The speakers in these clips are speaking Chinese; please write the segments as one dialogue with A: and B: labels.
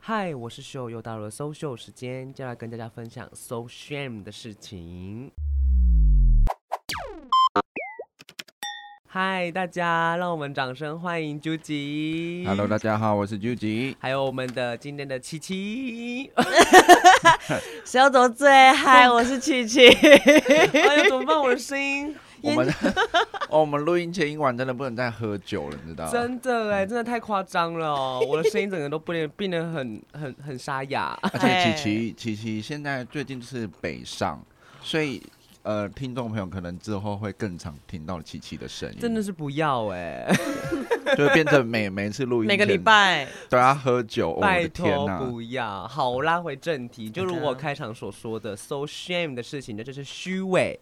A: 嗨，我是秀，又到了搜秀时间，就来跟大家分享 so shame 的事情。嗨，大家，让我们掌声欢迎 j u j i
B: Hello，大家好，我是 j u j
A: 还有我们的今天的七 七，
C: 小走最嗨，我是琪琪。
A: 哎呀，怎么办？我的声 音
B: 我们哦，我们录音前一晚真的不能再喝酒了，你知道吗？
A: 真的
B: 嗯
A: 哎，真的太夸张了哦，我的声音整个都变变得很很很沙哑。啊
B: 而且琪琪琪琪现在最近是北上，所以呃，听众朋友可能之后会更常听到琪琪的声音，
A: 真的是不要哎，
B: 就会变成每 每次录音
C: 每个礼
B: 前
C: 拜，
B: 都要喝酒，哦我
A: 拜
B: 的天
A: 托
B: 呐、
A: 不要。好，我拉回正题，就
C: 好的
A: 如我开场所说的 “so shame” 的事情呢，就是虚伪、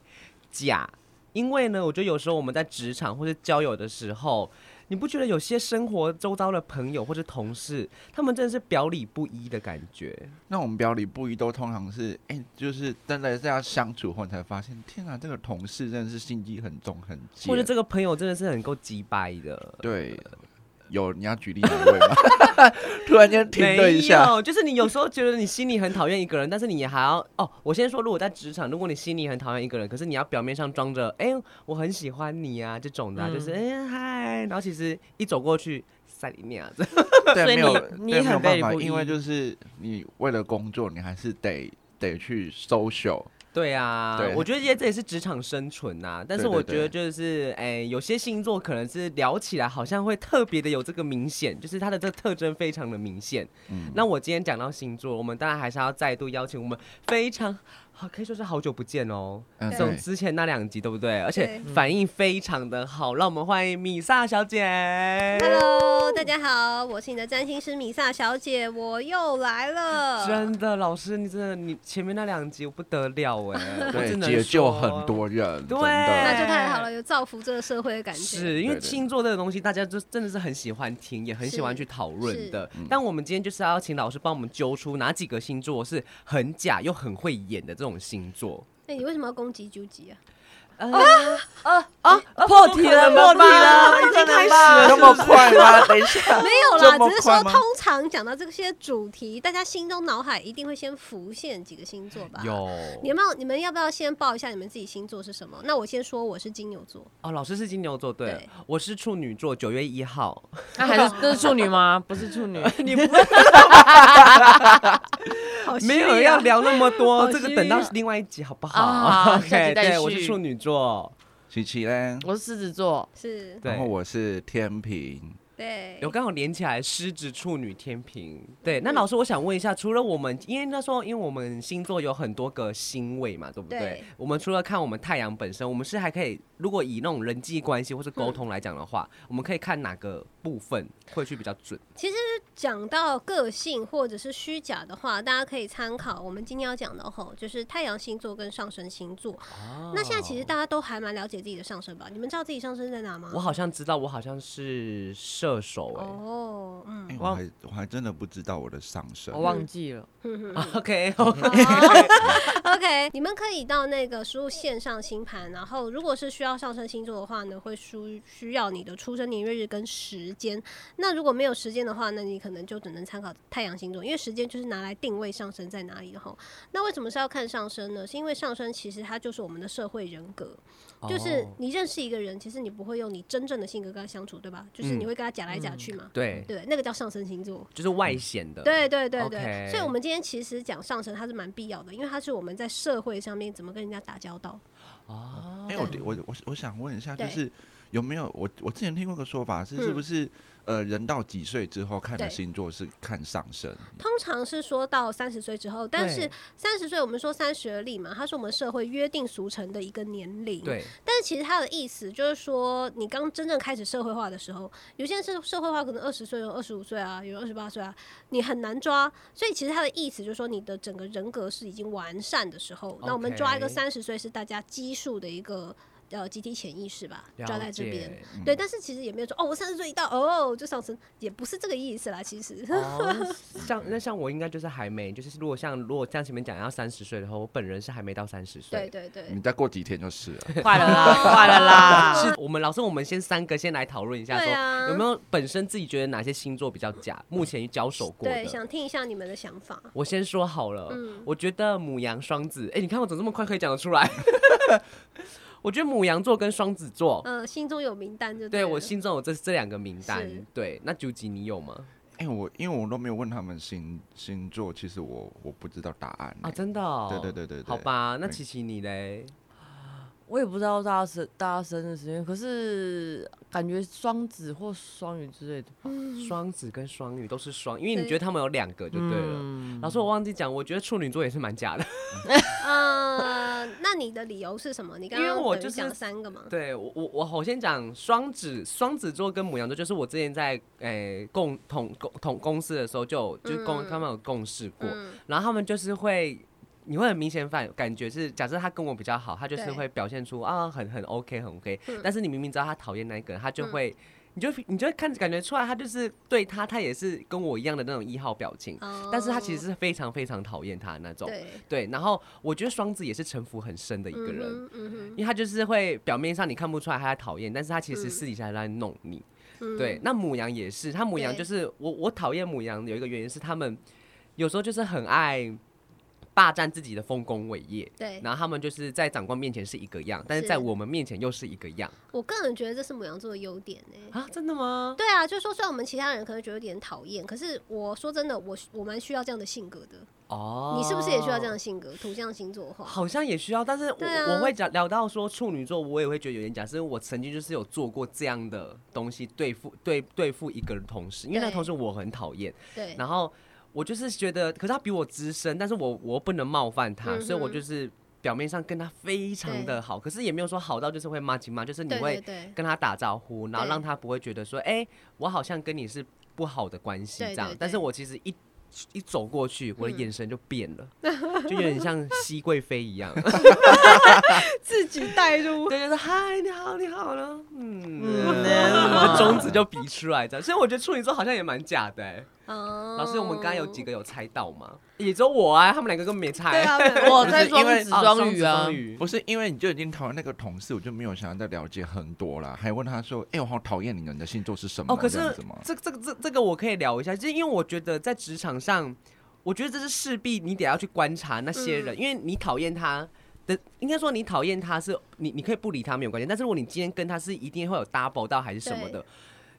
A: 假。因为呢，我觉得有时候我们在职场或者交友的时候，你不觉得有些生活周遭的朋友或者同事，他们真的是表里不一的感觉？
B: 那我们表里不一都通常是，哎、就是真的是要相处后你才发现，天啊，这个同事真的是心机很重很尖
A: 或。者这个朋友真的是很够鸡掰的。
B: 对，有你要举例哪位吗？ 突然间停顿一下
A: 没，有，就是你有时候觉得你心里很讨厌一个人，但是你也还要哦。我先说，如果在职场，如果你心里很讨厌一个人，可是你要表面上装着，哎、我很喜欢你啊，这种的啊、
C: 嗯
A: 就是哎、嗨，然后其实一走过去，塞你面啊子。
C: 所
B: 对，
C: 以
B: 没
C: 你
B: 有，
C: 你
B: 对没
C: 很
B: 有办
C: 被
B: 法，
C: 不
B: 因为
C: 依
B: 就是你为了工作，你还是得得去 social，
A: 对啊，
B: 对
A: 我觉得也这也是职场生存呐、但是
B: 对对
A: 我觉得就是，哎、有些星座可能是聊起来好像会特别的有这个明显，就是它的这个特征非常的明显。
B: 嗯
A: 那我今天讲到星座，我们当然还是要再度邀请我们非常好，可以说是好久不见哦。
B: 嗯，
D: 对
A: 从
B: 对，
A: 之前那两集对不对？而且
D: 对
A: 反应非常的好，让我们欢迎米萨小姐。
D: Hello，大家好，我是你的占星师米萨小姐，我又来了。
A: 真的，老师，你真的，你前面那两集我不得了 哎，我只
B: 对，
A: 能
B: 解救
A: 说
B: 很。多人，
A: 对
B: 真的
D: 那就太好了，有造福这个社会的感觉。
A: 是因为
B: 对对
A: 星座这个东西，大家就真的是很喜欢听，也很喜欢去
D: 是
A: 讨论
D: 是
A: 的。
B: 嗯
A: 但我们今天就是要请老师帮我们揪出哪几个星座是很假又很会演的这种星座。
D: 哎、你为什么要攻击究极啊？
A: 呃
C: 啊，
D: 哦
C: 破题了，破题了，
A: 已经开始了
B: 那么快 吗？等一
A: 啊
B: 下，
D: 没有
B: 这
D: 啦，
B: 么
D: 只是
B: 快
D: 说
B: 吗
D: 通常讲到这些主题，大家心中脑海一定会先浮现几个星座吧？。
A: 有
D: 你们要你们要不要先报一下你们自己星座是什么？那我先说我是金牛座，
A: 哦，老师是金牛座，对
D: 对，
A: 我是处女座，九月一号。
C: 那还是那是处女 吗？不是处女，你不
D: 好
A: 没有要聊那么多，
C: 好
A: 这个
C: 犀
A: 等到
C: 利啊
A: 另外一集好不好
C: 啊下
A: ？OK，
C: 集再
A: 对，我是
C: 续
A: 处女座，
B: 琪琪嘞，
C: 我是狮子座，
D: 是，
A: 对
B: 然后，我是天平，
D: 对
A: 有，刚好连起来，狮子、处女、天平。对，那老师，我想问一下，除了我们，因为那时候，因为我们星座有很多个星位嘛，对不对？
D: 对
A: 我们除了看我们太阳本身，我们是还可以，如果以那种人际关系或是沟通来讲的话，我们可以看哪个部分会去比较准？
D: 讲到个性或者是虚假的话，大家可以参考我们今天要讲的吼，就是太阳星座跟上升星座。
A: 嗯
D: 那现在其实大家都还蛮了解自己的上升吧？你们知道自己上升在哪吗？
A: 我好像知道，我好像是射手哎、
D: 哦，嗯，
B: 哎，
C: 哇
B: 我还我还真的不知道我的上升
C: 我，忘记 了。
D: 哼哼
A: OK，
D: 好 OK，你们可以到那个输入线上星盘，然后如果是需要上升星座的话呢，会需需要你的出生年月日跟时间。那如果没有时间的话，那你可能就只能参考太阳星座，因为时间就是拿来定位上升在哪里的吼。那为什么是要看上升呢？是因为上升其实它就是我们的社会人格，就是
A: 哦
D: 你认识一个人，其实你不会用你真正的性格跟他相处，对吧？就是你
A: 嗯
D: 会跟他讲来讲去嘛。
A: 对，
D: 对，那个叫上升星座。
A: 就是外显的，
D: 对对对对
A: OK
D: 所以我们今天其实讲上升它是蛮必要的，因为它是我们在社会上面怎么跟人家打交道。
A: 啊
B: 哎，我我我我想问一下，就
D: 对
B: 是有没有我我之前听过个说法是，是
D: 嗯
B: 不是呃人到几岁之后看的
D: 对
B: 星座是看上升？
D: 通常是说到三十岁之后，但
A: 对
D: 是三十岁我们说三十而立嘛，它是我们社会约定俗成的一个年龄。。
A: 对，
D: 但是其实它的意思就是说，你刚真正开始社会化的时候，有些人是社会化可能二十岁，有二十五岁啊，有人二十八岁啊，你很难抓。所以其实它的意思就是说，你的整个人格是已经完善的时候，那我们抓一个
A: OK
D: 三十岁是大家基数的一个。呃集体潜意识吧，
A: 了
D: 抓在这边。
A: 解。
B: 嗯
D: 对，但是其实也没有说哦，我三十岁一到哦就上升，也不是这个意思啦。其实，
A: 哦，像那像我应该就是还没，就是如果像如果像前面讲要三十岁的话，我本人是还没到三十
D: 对
A: 岁。
D: 对对
B: 你，再过几天就是了。
C: 快了啦，快了啦，
A: 是我们老师，我们先三个先来讨论一下，
D: 对
A: 说、
D: 啊
A: 有没有本身自己觉得哪些星座比较假？目前交手过的，
D: 对，
A: 哦
D: 想听一下你们的想法。
A: 我先说好了，
D: 嗯
A: 我觉得母羊、双子，哎、你看我怎么这么快可以讲得出来？ 我觉得母羊座跟双子座，
D: 嗯，心中有名单就
A: 对
D: 了
A: 我心中有这这两个名单
D: 是。
A: 对，那九吉你有吗？
B: 哎、我因为我都没有问他们星星座，其实我我不知道答案、欸
A: 啊，真的、哦？
B: 对对对对对
A: 好吧，那
B: 没
A: 琪琪你嘞？
C: 我也不知道大家生大家生日时间，可是感觉双子或双鱼之类 的，
A: 双子跟双鱼都是双，因为你
D: 对
A: 觉得他们有两个就对了。
C: 嗯
A: 老师，我忘记讲，我觉得处女座也是蛮假的。
D: 呃，那你的理由是什么？你刚
A: 因为
D: 刚
A: 我
D: 等于
A: 就是
D: 讲三个嘛。
A: 对我我我我先讲双子，双子座跟母羊座，就是我之前在诶、共同共同公司的时候就有，就是共、
D: 嗯
A: 他们有共事过，
D: 嗯，
A: 然后他们就是会。你会很明显反感觉是，假设他跟我比较好，他就是
D: 对
A: 会表现出啊很很 OK 很 OK，、
D: 嗯
A: 但是你明明知道他讨厌那一个人，他就会，你就你就会看感觉出来，他就是对他他也是跟我一样的那种一号表情，
D: 哦
A: 但是他其实是非常非常讨厌他的那种。
D: 对
A: 对，然后我觉得双子也是城府很深的一个人，
D: 嗯哼嗯哼
A: 因为他就是会表面上你看不出来他在讨厌，但是他其实
D: 嗯
A: 私底下在弄你。
D: 嗯
A: 对，那母羊也是，他母羊
D: 对
A: 就是我我讨厌母羊有一个原因是他们有时候就是很爱霸占自己的丰功伟业。
D: 对，
A: 然后他们就是在长官面前是一个样，但是在
D: 是
A: 我们面前又是一个样
D: 我个人觉得这是母羊座的优点呢、
A: 啊！真的吗？
D: 对啊，就是说虽然我们其他人可能觉得有点讨厌，可是我说真的，我我蛮需要这样的性格的。
A: 哦，
D: 你是不是也需要这样的？性格？土象星座的 话，
A: 好像也需要，但是我、
D: 对啊
A: 我会讲聊到说处女座，我也会觉得有点假，是因为我曾经就是有做过这样的东西对付对对付一个同事，因为那个
D: 对
A: 同事我很讨厌，
D: 对，
A: 然后我就是觉得，可是他比我资深，但是我我不能冒犯他，
D: 嗯哼
A: 所以我就是表面上跟他非常的好，可是也没有说好到就是会骂起骂，就是你
D: 对对
A: 会
D: 对
A: 跟他打招呼，然后
D: 对
A: 让他不会觉得说，哎、我好像跟你是不好的关系
D: 对
A: 这
D: 对
A: 样，
D: 对
A: 但是我其实一。一走过去，我的
D: 嗯
A: 眼神就变 了，就有点像熹贵妃一样。
D: 自己带入。
A: 对，就是嗨，你好，你好了，嗯，
C: 嗯
A: 我的中指就比出来这样，所以我觉得处女座好像也蛮假的、欸。
D: 哦
A: 老师，我们刚刚有几个有猜到吗？也只有我啊，他们两个根本没猜。
C: 哎 我
B: 不
C: 在
B: 是
C: 双
B: 因为
C: 子
A: 哦
C: 双鱼啊
A: 双，鱼
B: 不是因为你就已经讨厌那个同事，我就没有想要再了解很多啦，还问他说：“哎、我好讨厌你，你的星座是什么？”
A: 哦，可
B: 这样
A: 是
B: 子吗？
A: 这这这这个我可以聊一下，就是因为我觉得在职场上，我觉得这是势必你得要去观察那些
D: 嗯
A: 人，因为你讨厌他。的应该说你讨厌他是你，你可以不理他没有关系，但是如果你今天跟他是一定会有 double 到还是什么的，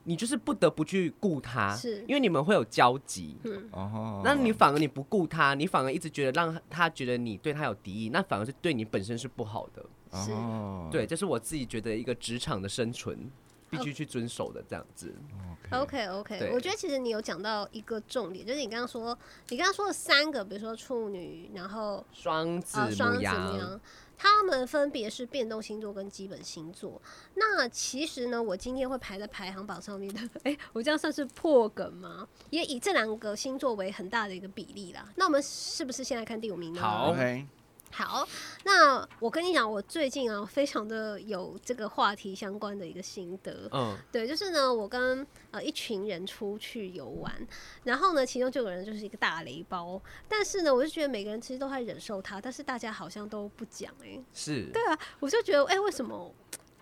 A: 你就是不得不去顾他，
D: 是
A: 因为你们会有交集。
D: 嗯，
B: 哦，
A: 那你反而你不顾他，你反而一直觉得让他觉得你对他有敌意，那反而是对你本身是不好的。
D: 是
B: 哦，
A: 对，这是我自己觉得一个职场的生存必
D: 哦
A: 须去遵守的这样子。
B: 哦
D: OK OK，
A: 对
D: 我觉得其实你有讲到一个重点，就是你刚刚说，你刚刚说的三个，比如说处女，然后
A: 双子
D: 呃双
A: 母
D: 子
A: 羊，
D: 羊，他们分别是变动星座跟基本星座。那其实呢，我今天会排在排行榜上面的， 哎、我这样算是破梗吗？也以这两个星座为很大的一个比例啦。那我们是不是先来看第五名呢？
A: 好
B: OK，
D: 好，那我跟你讲，我最近啊，非常的有这个话题相关的一个心得。
A: 嗯，
D: 对，就是呢，我跟呃一群人出去游玩，然后呢，其中就有人就是一个大雷包，但是呢，我就觉得每个人其实都在忍受他，但是大家好像都不讲哎、
A: 是，
D: 我就觉得哎、为什么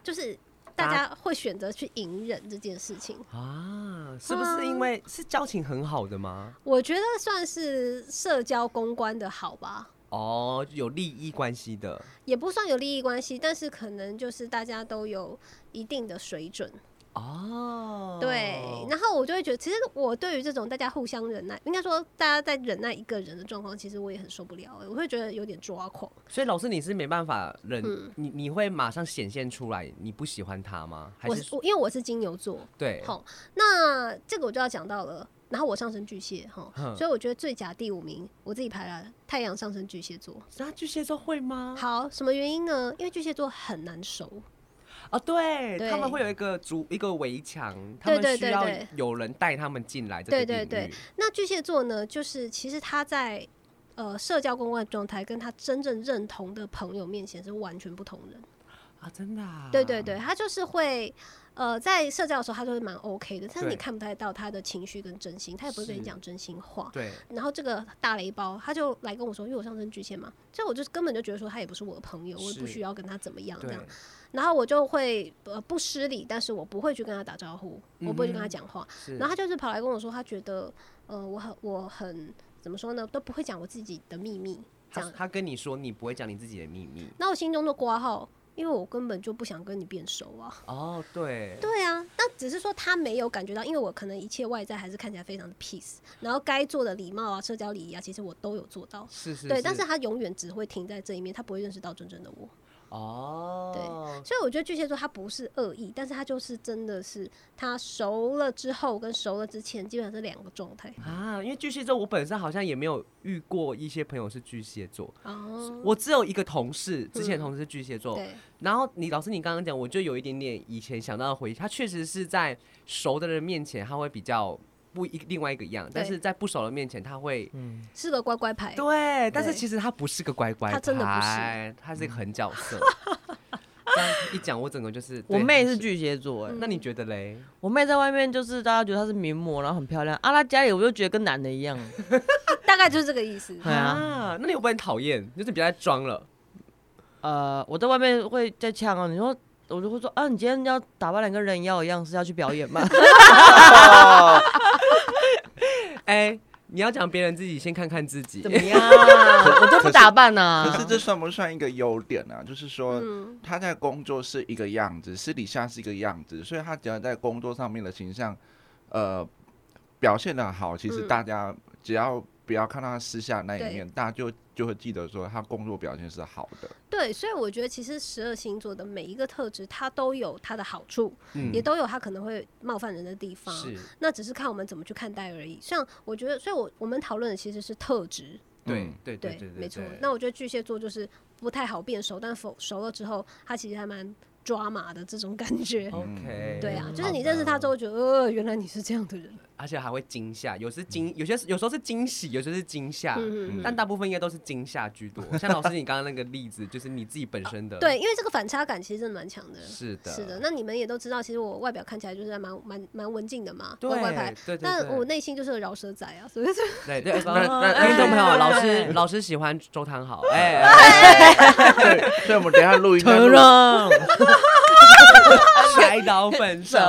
D: 就是大
A: 大
D: 家会选择去隐忍这件事情？
A: 啊，是不是因为
D: 嗯
A: 是交情很好的吗？
D: 我觉得算是社交公关的好吧。
A: 哦，有利益关系的
D: 也不算有利益关系，但是可能就是大家都有一定的水准，
A: 哦，
D: 对。然后我就会觉得，其实我对于这种大家互相忍耐，应该说大家在忍耐一个人的状况，其实我也很受不了、欸，我会觉得有点抓狂。
A: 所以老师你是没办法忍，
D: 嗯
A: 你你会马上显现出来你不喜欢他吗？还
D: 我
A: 是
D: 我因为我是金牛座，
A: 对
D: 好，那这个我就要讲到了。然后我上升巨蟹哈，
A: 嗯
D: 所以我觉得最假第五名，我自己排了太阳上升巨蟹座。
A: 那巨蟹座会吗？
D: 好，什么原因呢？因为巨蟹座很难熟，
A: 哦，对，
D: 对
A: 他们会有一个竹一个围墙，他们
D: 对
A: 需
D: 对
A: 要
D: 对
A: 有人带他们进来这
D: 对
A: 个领域。
D: 对对那巨蟹座呢，就是其实他在呃社交公关的状态，跟他真正认同的朋友面前是完全不同人。
A: 啊，真的、啊？
D: 对对对，他就是会。呃，在社交的时候，他就是蛮 OK 的，但是
A: 对
D: 你看不太到他的情绪跟真心，他也不会跟你
A: 是
D: 讲真心话。
A: 对，
D: 然后这个大雷包，他就来跟我说，因为我上升巨蟹嘛，所以我就根本就觉得说他也不是我的朋友，我也不
A: 是
D: 需要跟他怎么样这
A: 对
D: 样。，然后我就会呃不失礼，但是我不会去跟他打招呼，我不会去跟他
A: 嗯哼
D: 讲话。
A: 是。
D: 然后他就是跑来跟我说，他觉得呃我很我很怎么说呢，都不会讲我自己的秘密这
A: 他
D: 样。
A: 他跟你说你不会讲你自己的秘密
D: 那我心中的挂号，因为我根本就不想跟你变熟啊。
A: 哦，对，
D: 对啊，那只是说他没有感觉到，因为我可能一切外在还是看起来非常的 peace，然后该做的礼貌啊、社交礼仪啊，其实我都有做到。
A: 是是
D: 对，但是他永远只会停在这一面，他不会认识到真正的我。
A: 哦，
D: 所以我觉得巨蟹座他不是恶意，但是他就是真的是他熟了之后跟熟了之前基本上是两个状态。
A: 啊，因为巨蟹座我本身好像也没有遇过一些朋友是巨蟹座，
D: 哦，
A: 我只有一个同事，之前的同事是巨蟹座，
D: 嗯对，
A: 然后你老师，你刚刚讲，我就有一点点以前想到的回忆，他确实是在熟的人面前，他会比较不一另外一个样，但是在不熟的面前，他会
D: 是个乖乖牌。
A: 对，但是
D: 哎对
A: 其实他不是个乖乖牌，
D: 他真的不是嗯
A: 他是一个狠角色。 这样一讲，我整个就是
C: 我
A: 对
C: 妹是巨蟹座、哎、
A: 那你觉得 嘞？
C: 我妹在外面就是大家觉得她是名模，然后很漂亮啊，她家里我就觉得跟男的一样，
D: 大概就是这个意思。
C: 对啊，
A: 啊，那你有不会很讨厌？就是比较装 了，
C: 呃，我在外面会在呛哦，你说我就会说啊，你今天要打扮得跟人妖一样，是要去表演吗？
B: 哦
A: 哎、你要讲别人自己，先看看自己
C: 怎。么样？我就不打扮啊呐、
B: 可是这算不算一个优点呢、啊？就是说，
D: 嗯，
B: 他在工作是一个样子，私底下是一个样子，所以他只要在工作上面的形象，呃，表现的好，其实
D: 嗯
B: 大家只要不要看到他私下那一
D: 对
B: 面，大家就就会记得说他工作表现是好的。
D: 对，所以我觉得其实十二星座的每一个特质，它都有它的好处，
A: 嗯
D: 也都有它可能会冒犯人的地方。
A: 是，
D: 那只是看我们怎么去看待而已。像我觉得，所以我我们讨论的其实是特质，
A: 对
B: 嗯
A: 对对对对，
D: 没错
A: 对。
D: 那我觉得巨蟹座就是不太好变熟，但熟熟了之后，他其实还蛮抓马的这种感觉。
A: OK，
D: 对啊，就
A: 哦好
D: 是你认识
A: 的
D: 他之后，觉得呃，原来你是这样的人。
A: 而且还会惊吓，有时惊，有些有时候是惊喜，有时候是惊吓，
D: 嗯嗯嗯。
A: 但大部分应该都是惊吓居多。 像老师你刚刚那个例子，就是你自己本身的，
D: 对，因为这个反差感其实真的蛮强的。
A: 是的，
D: 是的，那你们也都知道，其实我外表看起来就是还蛮蛮蛮文静的嘛，
A: 对
D: 乖乖牌。
A: 对对
D: 但
A: 对哦
D: 我内心就是个饶舌仔啊，所以就
A: 对对，那
C: 哎
A: 那听众朋友，
C: 哎
A: 老师
C: 哎
A: 老师喜欢周汤豪，哎 哎，
B: 所以我们等一下 录音，
C: 承
B: 录
C: 认，
A: 摔倒分 手，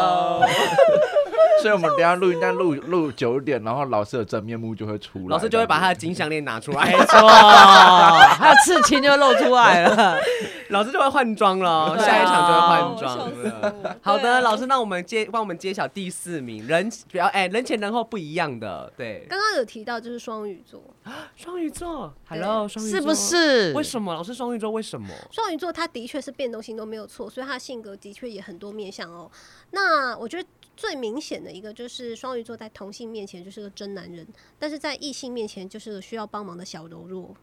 B: 所以我们等一下录音，但录录久一点，然后老师的真面目就会出来，
A: 老师就会把他的金项链拿出来，
C: 哇，哦还有刺青就露出来了。
A: 老师就会换装了，
C: 对啊
A: 下一场就会换
D: 我
A: 装
D: 哦笑死
A: 了。
D: 我
A: 好
D: 对啊
A: 的，老师，那我们揭帮我们揭晓第四名，人不要哎，人前人后不一样的，对，
D: 刚刚有提到就是双鱼座，
A: 双鱼座，Hello，双鱼座
C: 是不？是？
A: 为什么老师双鱼座为什么？
D: 双鱼座他的确是变动性都没有错，所以他性格的确也很多面相哦。那我觉得最明显的一个就是双鱼座在同性面前就是个真男人，但是在异性面前就是个需要帮忙的小柔弱，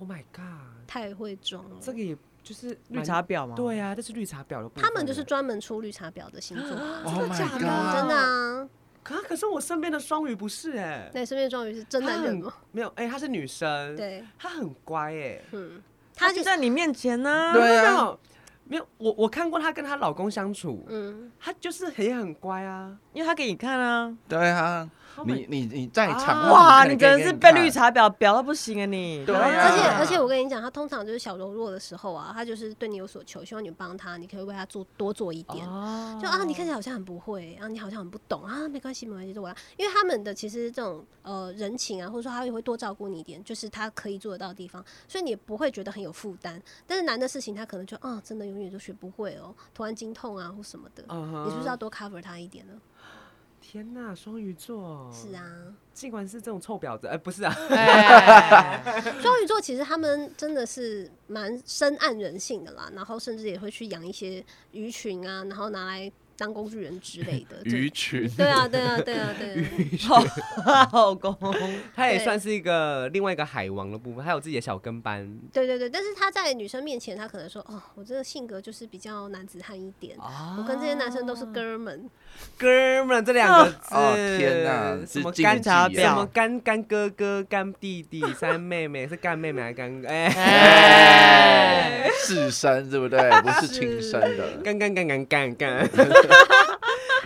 A: Oh my god，
D: 太会装了。
A: 这个也就是
C: 绿
A: 蛮
C: 茶婊吗？
A: 对啊，这是绿茶婊的哦部分。
D: 他们就是专门出绿茶婊的星座啊，
B: Oh
A: 真的
B: my
A: 假
B: god！
A: 的
D: 真的啊。
A: 可可是我身边的双鱼不是哎、
D: 那你身边的双鱼是真
A: 她
D: 男人
A: 很
D: 吗？
A: 没有哎、她是女生，，
D: 对，
A: 她很乖哎、
D: 嗯，
C: 他
D: 他就
C: 就在你面前呢、
B: 对啊
A: 没有，没有我我看过她跟她老公相处，
D: 嗯，
A: 她就是也很乖啊。
C: 因为他给你看啊。
B: 对啊，
A: Oh my-
B: 你你你在场，
A: 啊
C: 哇，
B: 你
C: 你真的是被绿。茶婊婊到不行啊你！
B: 对啊
D: 而且而且我跟你讲，他通常就是小柔弱的时候啊，他就是对你有所求，希望你帮他，你可以为他做多做一点。
A: 哦
D: 就啊，你看起来好像很不会，啊，你好像很不懂啊，没关系，没关系，就我来。因为他们的其实这种呃人情啊，或者说他也会多照顾你一点，就是他可以做得到的地方，所以你也不会觉得很有负担。但是难的事情，他可能就啊，真的永远都学不会哦，突然经痛啊或什么的，
A: 嗯哼
D: 你是不是要多 cover 他一点呢？
A: 天呐，双鱼座
D: 是，啊，
A: 尽管是这种臭婊子，哎、不是 啊，
C: 哎
D: 双鱼座其实他们真的是蛮深谙人性的啦，然后甚至也会去养一些鱼群啊，然后拿来当工具人之类 的。
B: 鱼
D: 对
B: 群，
D: 对啊，对啊，对啊，对啊。
C: 老公，
A: 哦他也
D: 对
A: 算是一个另外一个海王的部分，还有自己的小跟班。
D: 对对对，但是他在女生面前，他可能说：“哦，我这个性格就是比较男子汉一点，我跟这些男生都
A: 哦
D: 是哥们。
A: 哥们儿这两个字，
B: 哦天哪
A: 什么
B: 是
A: 干
B: 禁忌啊
A: 什么干干哥哥、干弟弟、干妹妹，是干妹妹还是干哎？
C: 哎，
B: 是生对不对？不是亲生的。
A: 干干干干干干！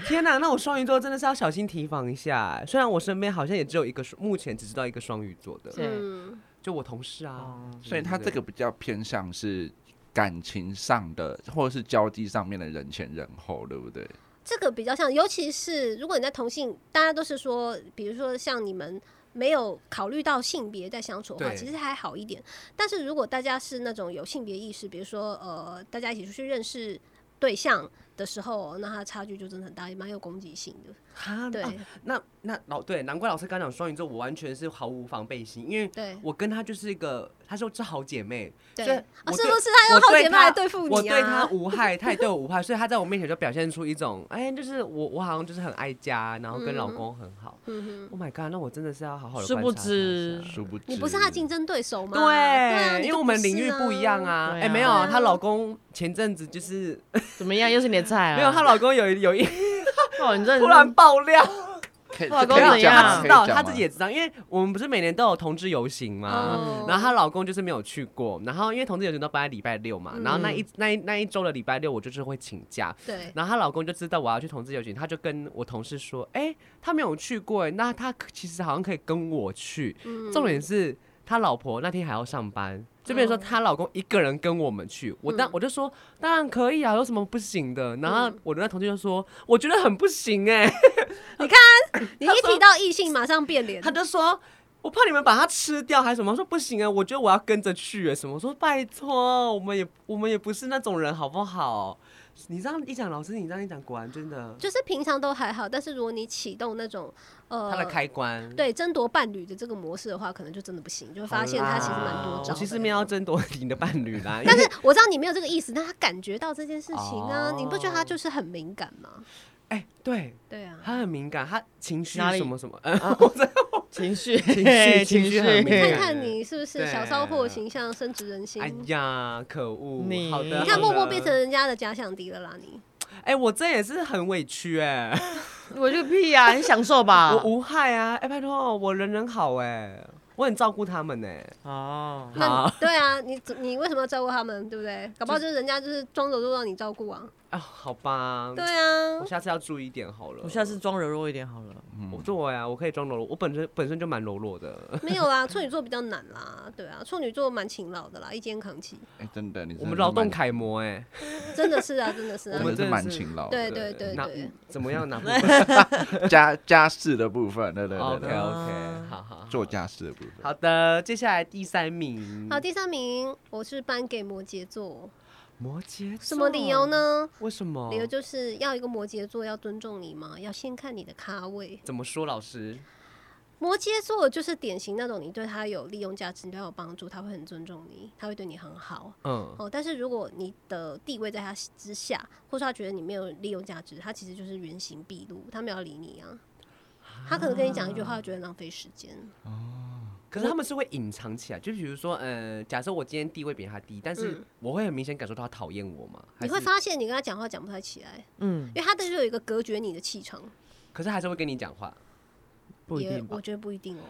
A: 天哪，那我双鱼座真的是要小心提防一下。虽然我身边好像也只有一个双，目前只知道一个双鱼座的，
C: 对
D: 嗯，
A: 就我同事啊。
B: 哦所以他这个比较偏向是感情上的，或者是交际上面的人前人后，对不对？
D: 这个比较像，尤其是如果你在同性，大家都是说，比如说像你们没有考虑到性别在相处的话，
A: 对
D: 其实还好一点。但是如果大家是那种有性别意识，比如说呃，大家一起出去认识对象的时候，那他差距就真的很大，也蛮有攻击性的。
A: 哈，
D: 对、
A: 啊那那老对，难怪老师刚讲双鱼座，我完全是毫无防备心，因为
D: 对
A: 我跟她就是一个，她说是好姐妹，
D: 对，
A: 所以
D: 啊
A: 我
D: 是
A: 对
D: 不是他
A: 我
D: 用好
A: 对
D: 姐妹来
A: 她
D: 对付你啊？
A: 我对她无害，她也对我无害，所以她在我面前就表现出一种，哎，就是我我好像就是很爱家，然后跟老
D: 嗯
A: 公很好。
D: 嗯哼
A: Oh my god，那我真的是要好好的。
C: 殊不知
B: 殊不知
D: 你不是他的竞争对手吗？
A: 对，
D: 啊，
A: 因为
D: 你就
A: 我们
D: 是
A: 领域不一样
D: 啊。
A: 啊。哎、
C: 对啊
A: 没有
D: 对啊，
A: 她老公前阵子就是、
C: 怎么样？又是你的菜啊？
A: 没有，她老公有一有一
C: 哦，你这
A: 突然爆料，
B: 可以
C: 老公
B: 可以讲
C: 怎样
B: 吗
A: 她知
C: 啊
B: 可以
A: 道，
B: 讲
A: 她
B: 吗
A: 自己也知道，因为我们不是每年都有同志游行吗？
D: 哦
A: 然后她老公就是没有去过，然后因为同志游行都办在礼拜六
D: 嗯
A: 嘛，然后那一那一那一周的礼拜六我就是会请假，
D: 对，
A: 然后她老公就知道我要去同志游行，他就跟我同事说：“哎、他没有去过、哎那他其实好像可以跟我去。
D: 嗯
A: 重点是他老婆那天还要上班，就变成
D: 哦
A: 说她老公一个人跟我们去。我当、
D: 嗯
A: 我就说当然可以啊，有什么不行的？然后我的那同事就说：“我觉得很不行哎、
D: 你一提到异性，马上变脸。
A: 他就说。我怕你们把它吃掉还是什么？我说不行啊，我觉得我要跟着去啊什么？我说拜托，我们也我们也不是那种人，好不好？你这样一讲，老师你这样一讲，果然真的，
D: 就是平常都还好，但是如果你启动那种呃，
A: 他的开关。
D: 对争夺伴侣的这个模式的话，可能就真的不行，就会发现他其实蛮多
A: 我
D: 招的。
A: 其实没有要争夺你的伴侣啦，
D: 但
A: 因为
D: 是我知道你没有这个意思，但他感觉到这件事情啊，
A: 哦
D: 你不觉得他就是很敏感吗？
A: 哎、对
D: 对啊，
A: 他很敏感，他情绪
C: 哪里
A: 什么什么，呃
C: 情绪，
A: 情绪
C: 情
A: 情绪很
D: 你
A: 敏
D: 看
A: 对感
D: 看你是不是
A: 对
D: 小骚货形象深植人心？
A: 哎呀，可恶！
C: 你
A: 好的，
D: 你
A: 好
D: 看
A: 的
D: 默默变成人家的假想敌了啦，你
A: 哎、我这也是很委屈哎、
C: 我就屁呀，你享受吧。
A: 我无害啊，哎、拜托，我人人好哎、我很照顾他们哎、
C: 哦，
D: 那
A: 好
D: 你对啊，你你为什么要照顾他们，对不对？搞不好就是人家就是装柔弱让你照顾啊。
A: 啊，好吧，
D: 对啊
A: 我，下次要注意一点好了。
C: 我下次装柔弱一点好了。
A: 我
B: 嗯
A: 对啊，我可以装柔弱，我本身本身就蛮柔弱的。
D: 没有啦，处女座比较难啦，对啊，处女座蛮勤劳的啦，一肩扛起，
B: 哎，真的，你
A: 我
B: 真的
A: 们
B: 是
A: 劳动
B: 蛮，
A: 楷模哎、
D: 真的 是啊，真的是
B: 我
D: 啊，
A: 真
B: 们是
A: 的
B: 蛮
A: 是
B: 勤劳的，
D: 对对对
A: 那
D: 对，
A: 嗯怎么样拿？
B: 家家事的部分，对对对
A: OK
B: 对，
A: OK，好啊好好
B: 做家事的部分。
A: 好的，接下来第三名，
D: 好，第三名我是颁给摩羯座，
A: 摩羯座
D: 什么理由？呢？
A: 为什么
B: 哦
D: 理？由就是要一个摩羯座要尊重你嘛，要先看你的咖位。
A: 怎么说？老师，
D: 摩羯座就是典型那种你对他有利用价值，你对他有帮助，他会很尊重你，他会对你很好。
A: 嗯，
D: 哦，但是如果你的地位在他之下，或是他觉得你没有利用价值，他其实就是原形毕露，他没有要理你啊。他可能跟你讲一句话，
B: 啊
D: 他觉得浪费时间。
A: 可是他们是会隐藏起来，就比如说，呃，假设我今天地位比他低，但是
D: 嗯
A: 我会很明显感受到他讨厌我嘛？还
D: 你会
A: 是，
D: 发现你跟他讲话讲不太起来，
C: 嗯，
D: 因为他的就有一个隔绝你的气场。
A: 可是还是会跟你讲话。
C: 不一
D: 也
C: 定吧
D: 我。觉得不一定哦。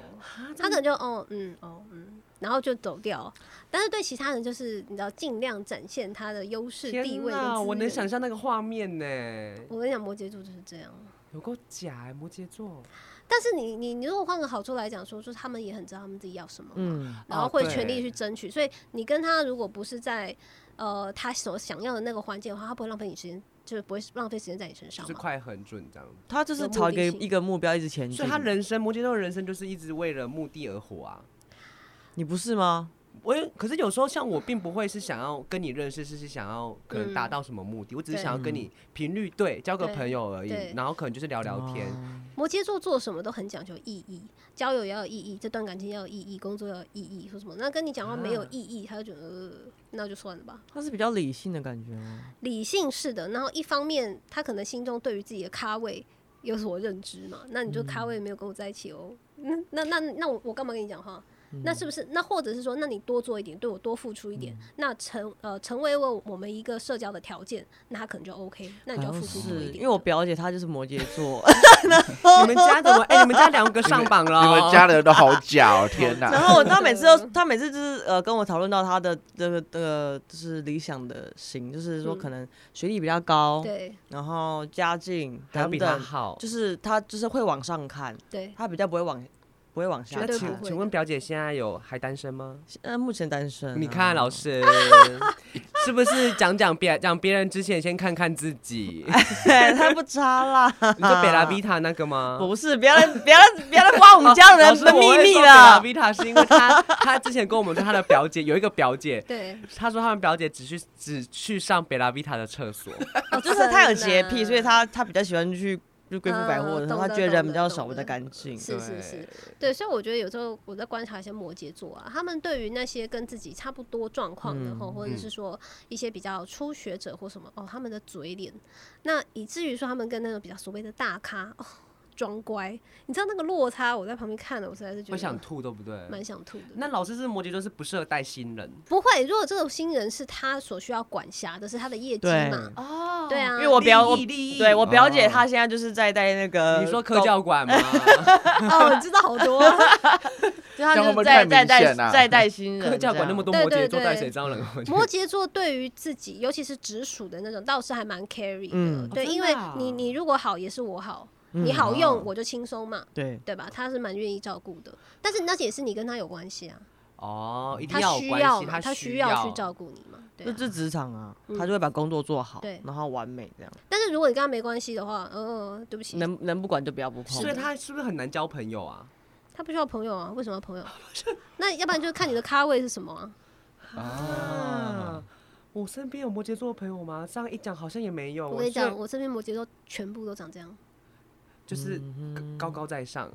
D: 他可能就哦嗯哦嗯，然后就走掉。但是对其他人就是你知道，尽量展现他的优势地
A: 天
D: 位跟资源。
A: 我能想象那个画面呢，
D: 我跟你讲，摩羯座就是这样。
A: 有够假欸，摩羯座。
D: 但是你你你如果换个好处来讲说，就是他们也很知道他们自己要什么，
C: 嗯，
D: 然后
A: 哦
D: 会
A: 对
D: 全力去争取。所以你跟他如果不是在呃他所想要的那个环境的话，他不会浪费你时间，就是不会浪费时间在你身上
A: 就是
D: 嘛。
A: 快很准这样子，
C: 他就是朝一个
D: 有目的性
C: 一个目标一直前进。
A: 所以他人生摩羯座的人生就是一直为了目的而活啊。
C: 你不是吗？
A: 我也可是有时候像我并不会是想要跟你认识，是是想要可能达到什么目的，我只是
D: 对
A: 想要跟你频率对交个
D: 对
A: 朋友而已
D: 对，
A: 然后可能就是聊聊天。
D: 摩羯座做什么都很讲究意义，交友也要有意义，这段感情要有意义，工作要有意义，说什么那跟你讲话没有
A: 啊
D: 意义，他就觉得、呃、那就算了吧。
C: 他是比较理性的感觉吗？
D: 理性式的，然后一方面他可能心中对于自己的咖位有所认知嘛，那你就
C: 嗯
D: 咖位没有跟我在一起哦，嗯那那那我我干嘛跟你讲话？
C: 嗯
D: 那是不是？那或者是说，那你多做一点，对我多付出一点，
C: 嗯
D: 那成呃成为我我们一个社交的条件，那他可能就 OK，那你就要付出多一
C: 是
D: 点。
C: 因为我表姐她就是摩羯座，
A: 你们家怎么？哎、你们家两个上榜 了，
B: 你们家的人都好假哦，天
C: 然
B: 哪！
C: 后我她每次都，她每次就是呃跟我讨论到她的这个这个就是理想的型，就是说
D: 嗯
C: 可能学历比较高，
D: 对
C: 然后家境
A: 还要
C: 等
A: 比他
C: 等，
A: 好。
C: 就是她就是会往上看，
D: 对，
C: 她比较不会往不会往下
D: 绝
A: 那
D: 对
A: 请
D: 不
C: 看
D: 会。
A: 请问表姐现在有还单身吗？
C: 呃，目前单身啊、
A: 你看老 师，是不是讲讲别讲别人之前先看看自 己？
C: 对，他不差啦。
A: 你说贝拉维塔那个吗？
C: 不是，不要来，不要来，不要来 挖我们家的
A: 哦老
C: 人
A: 师
C: 的秘密
A: 了。贝
C: 了。
A: 拉维塔是因为她她之前跟我们说她的表姐有一个表姐，
D: 对，
A: 她说她们表姐只去只去上贝拉维塔的厕 所，
D: 哦
C: 就是他有
D: 真的
C: 洁癖，所以他他比较喜欢去就贵妇百货的时候，
D: 嗯懂
C: 他
D: 得
C: 觉得人比较
D: 懂
C: 少，
D: 得
C: 比较
D: 懂得
C: 干净。
D: 是是是，对，所以我觉得有时候我在观察一些摩羯座啊，他们对于那些跟自己差不多状况的吼，或者是说一些比较初学者或什么哦，他们的嘴脸，那以至于说他们跟那种比较所谓的大咖哦装乖，你知道那个落差，我在旁边看了，我实在是觉
A: 会想
D: 得
A: 吐，对不对？
D: 蛮想吐的。
A: 那老师是摩羯座，是不适合带新人。
D: 不会，如果这种新人是他所需要管辖的，是他的业绩
C: 对
D: 嘛？
A: 哦
D: 对啊
C: 因为我表我
A: 利益利益
C: 对我表姐
B: 哦
C: 她现在就是在带那个，
A: 你说科，教馆吗？
D: 哦，你知道好多，
C: 就她
B: 这样会
C: 就
B: 不会
C: 是
B: 太
C: 在在
B: 明
C: 带
B: 显啊
C: 在带新 人，
A: 科教馆那么多摩
D: 对
A: 羯
D: 对
A: 座，
D: 对
A: 带谁招人回去？
D: 摩羯座对于自己，尤其是直属的那种，倒是还蛮 carry 的。
C: 嗯
D: 对，
A: 哦真的
D: 因为
A: 啊
D: 你你如果好，也是我好，
C: 嗯
D: 你好
B: 哦
D: 用我就轻松嘛，
C: 对，
D: 对吧？他是蛮愿意照顾的，但是那也是你跟他有关系啊，
A: 哦，一定
D: 他
A: 要有
D: 需
A: 关系，
D: 嘛，他
A: 需
D: 要去照顾你嘛，对
C: 就
D: 啊、
C: 是职场啊，
D: 嗯
C: 她就会把工作做好
D: 对，
C: 然后完美这样，
D: 但是如果你跟他没关系的话，呃，对不起，
C: 能能不管就不要不碰
A: 所以。他是不是很难交朋友啊？
D: 他不需要朋友啊，为什么 要朋友？那要不然就看你的咖位是什么啊。
A: 啊，我身边有摩羯座的朋友吗？这样一讲好像也没有。
D: 我跟你
A: 虽然
D: 讲，我身边摩羯座全部都长 这样，，
A: 就是高高在上。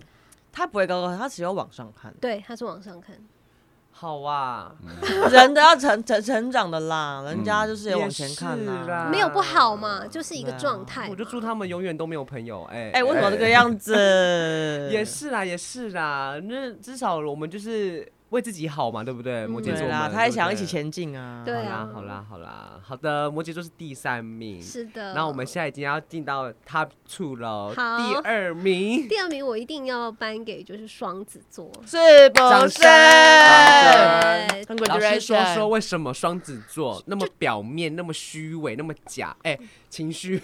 C: 她不会高高，她只有往上看
D: 对，他是往上看，
A: 好啊，
C: 人都要成成成长的啦，人家就是也往前看
A: 也是
C: 啦
A: 啦。
D: 没有不好嘛，就是一个
C: 对啊
D: 状态嘛。
A: 啊我就祝他们永远都没有朋友。哎
C: 哎，为什么这个样子？
A: 也是啦，也是啦。那至少我们就是为自己好嘛，对不对？
D: 嗯
A: 摩羯
C: 对
A: 座
C: 啦，
A: 们，
C: 他也
A: 对不
C: 想要一
A: 对
C: 起。前进啊。
D: 对
A: 好啦
D: 啊，
A: 好啦，好啦，好的，摩羯座是第三名。
D: 是的。
A: 那我们现在已经要进到 top two 了，
D: 好
A: 第二 名。
D: 第二名我一定要颁给就是双子座。
C: 是不
A: 掌
C: 是
A: 声掌
D: 呃
A: 老师说说为什么双子座那么表面、那么虚伪、那么假？哎、情 绪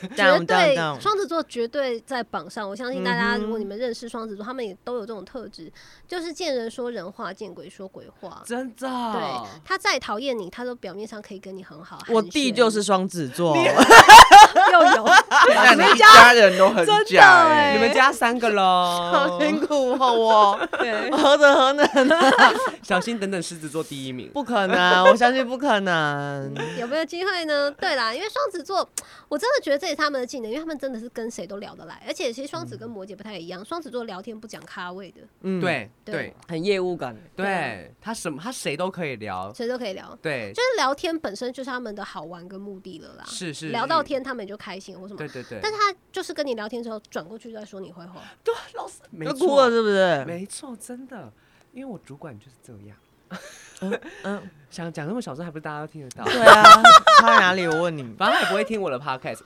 D: 绝
C: down
D: 对
C: down down，
D: 双子座绝对在榜上，我相信大家，
C: 嗯哼
D: 如果你们认识双子座，他们也都有这种特质，就是见人说人话，见鬼说鬼话。
A: 真的。
D: 对他再讨厌你，他都表面上可以跟你很好。
C: 我
D: 寒暄
C: 弟就是双子座，
D: 又有
B: 那你一家人都很
C: 真的
B: 假哎
D: 欸
A: 你们家三个喽
C: 好，辛苦 哦，
D: 对
C: 我何德何能？哎
A: 小心等等狮子座第一名。
C: 不可能，我相信不可能。
D: 有没有机会呢？ 对啦，因为双子座，我真的觉得这也是他们的技能，因为他们真的是跟谁都聊得来，而且其实双子跟摩羯不太一样，双子座聊天不讲咖位的，
C: 嗯，，
A: 对对
D: 对
C: 很业务感。
A: 对，啊他什么他谁都可以
C: 哦
A: 聊，
D: 谁都可以聊。
A: 对
D: 就，是聊天本身就是他们的好玩跟目的了啦，
A: 是是
D: 聊到
A: 是
D: 天他们也就开心或什么
A: 对，对对。
D: 但是他就是跟你聊天之后转过去再说你坏话，
A: 对啊老师没
C: 要哭了
A: 错，
C: 是不是？
A: 没错，真的，因为我主管就是这样，
C: 嗯，
A: 想讲那么小声，还不是大家都听得到。
C: 对啊，差哪里？我问你，
A: 反正他也不会听我的 podcast。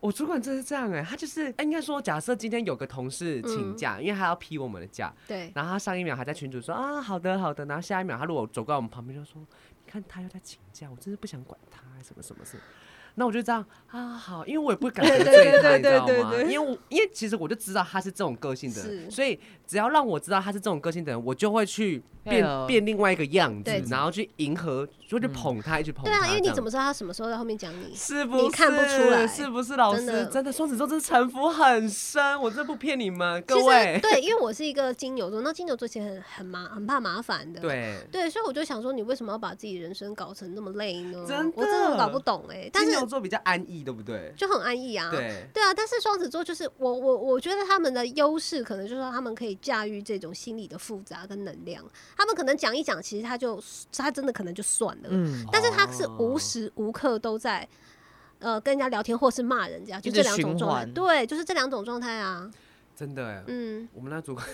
A: 我主管真是这样哎、他就是哎应该说，假设今天有个同
C: 嗯
A: 事请假，因为他要批我们的假，
D: 对，
A: 然后他上一秒还在群主说啊好的好的，然后下一秒他如果走过来我们旁边就说，你看他又在请假，我真是不想管他什么什么事。那我就这样啊好，因为我也不敢得罪他，
D: 对对对
A: 你知道
D: 对
A: 吗？
D: 对对
A: 因为我因为其实我就知道他是这种个性的人，
D: 是
A: 所以只要让我知道他是这种个性的人，我就会去
C: 配
A: 变
C: 合
A: 变另外一个样子
D: 对，
A: 然后去迎合，就去捧他，一直捧他
D: 对
A: 这样。
D: 啊，因为你怎么知道他什么时候在后面讲你？
A: 是不是
D: 你看不出来
A: 是不是老
D: 真的
A: 师？真的，双子座真的城府很深，我真的不骗你们，
D: 其
A: 各
D: 实
A: 位。
D: 对，因为我是一个金牛座，那金牛座其实很很麻很怕麻烦的。。
A: 对，
D: 对，所以我就想说，你为什么要把自己人生搞成那么累呢？
A: 真
D: 我真的
A: 的
D: 搞不懂哎、但
A: 金
D: 是
A: 牛座比较安逸，对不对？
D: 就很安逸啊。
A: 对，
D: 对啊，但是双子座就是我我我觉得他们的优势可能就是说他们可以驾驭这种心理的复杂跟能量，他们可能讲一讲，其实他就他真的可能就算了，
C: 嗯，
D: 但是他是无
A: 哦
D: 时无刻都在。呃，跟人家聊天或是骂人家，就
C: 一
D: 这
C: 直
D: 两种
C: 循
D: 状态，
C: 环
D: 对，就是这两种状态啊。
A: 真的哎，
D: 嗯，
A: 我们那主管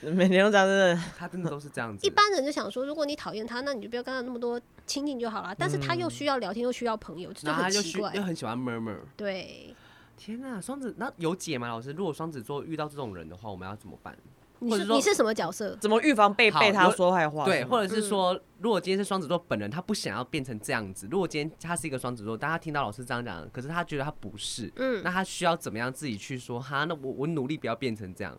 C: 每天都这样，真的，
A: 他真的都是这样子。
D: 一般人就想说，如果你讨厌他，那你就不要跟他那么多亲近就好了。但是他又需要聊天，又需要朋友，这就
A: 然后嗯他
D: 很
A: 就
D: 奇
A: 喜
D: 怪
A: 又。很喜欢 murmur。
D: 对，
A: 天呐，双子那有解吗？老师，如果双子座遇到这种人的话，我们要怎么办？
D: 你
A: 或
D: 是
A: 者说
D: 你是什么角色？
C: 怎么预防被
A: 好
C: 被他
A: 有
C: 说坏话？
A: 对，或
C: 者
A: 者是
D: 嗯
A: 说，如果今天是双子座本人，他不想要变成这样子。如果今天他是一个双子座，但他听到老师这样讲，可是他觉得他不是，
D: 嗯
A: 那，他需要怎么样自己去说？哈，那我我努力不要变成这样。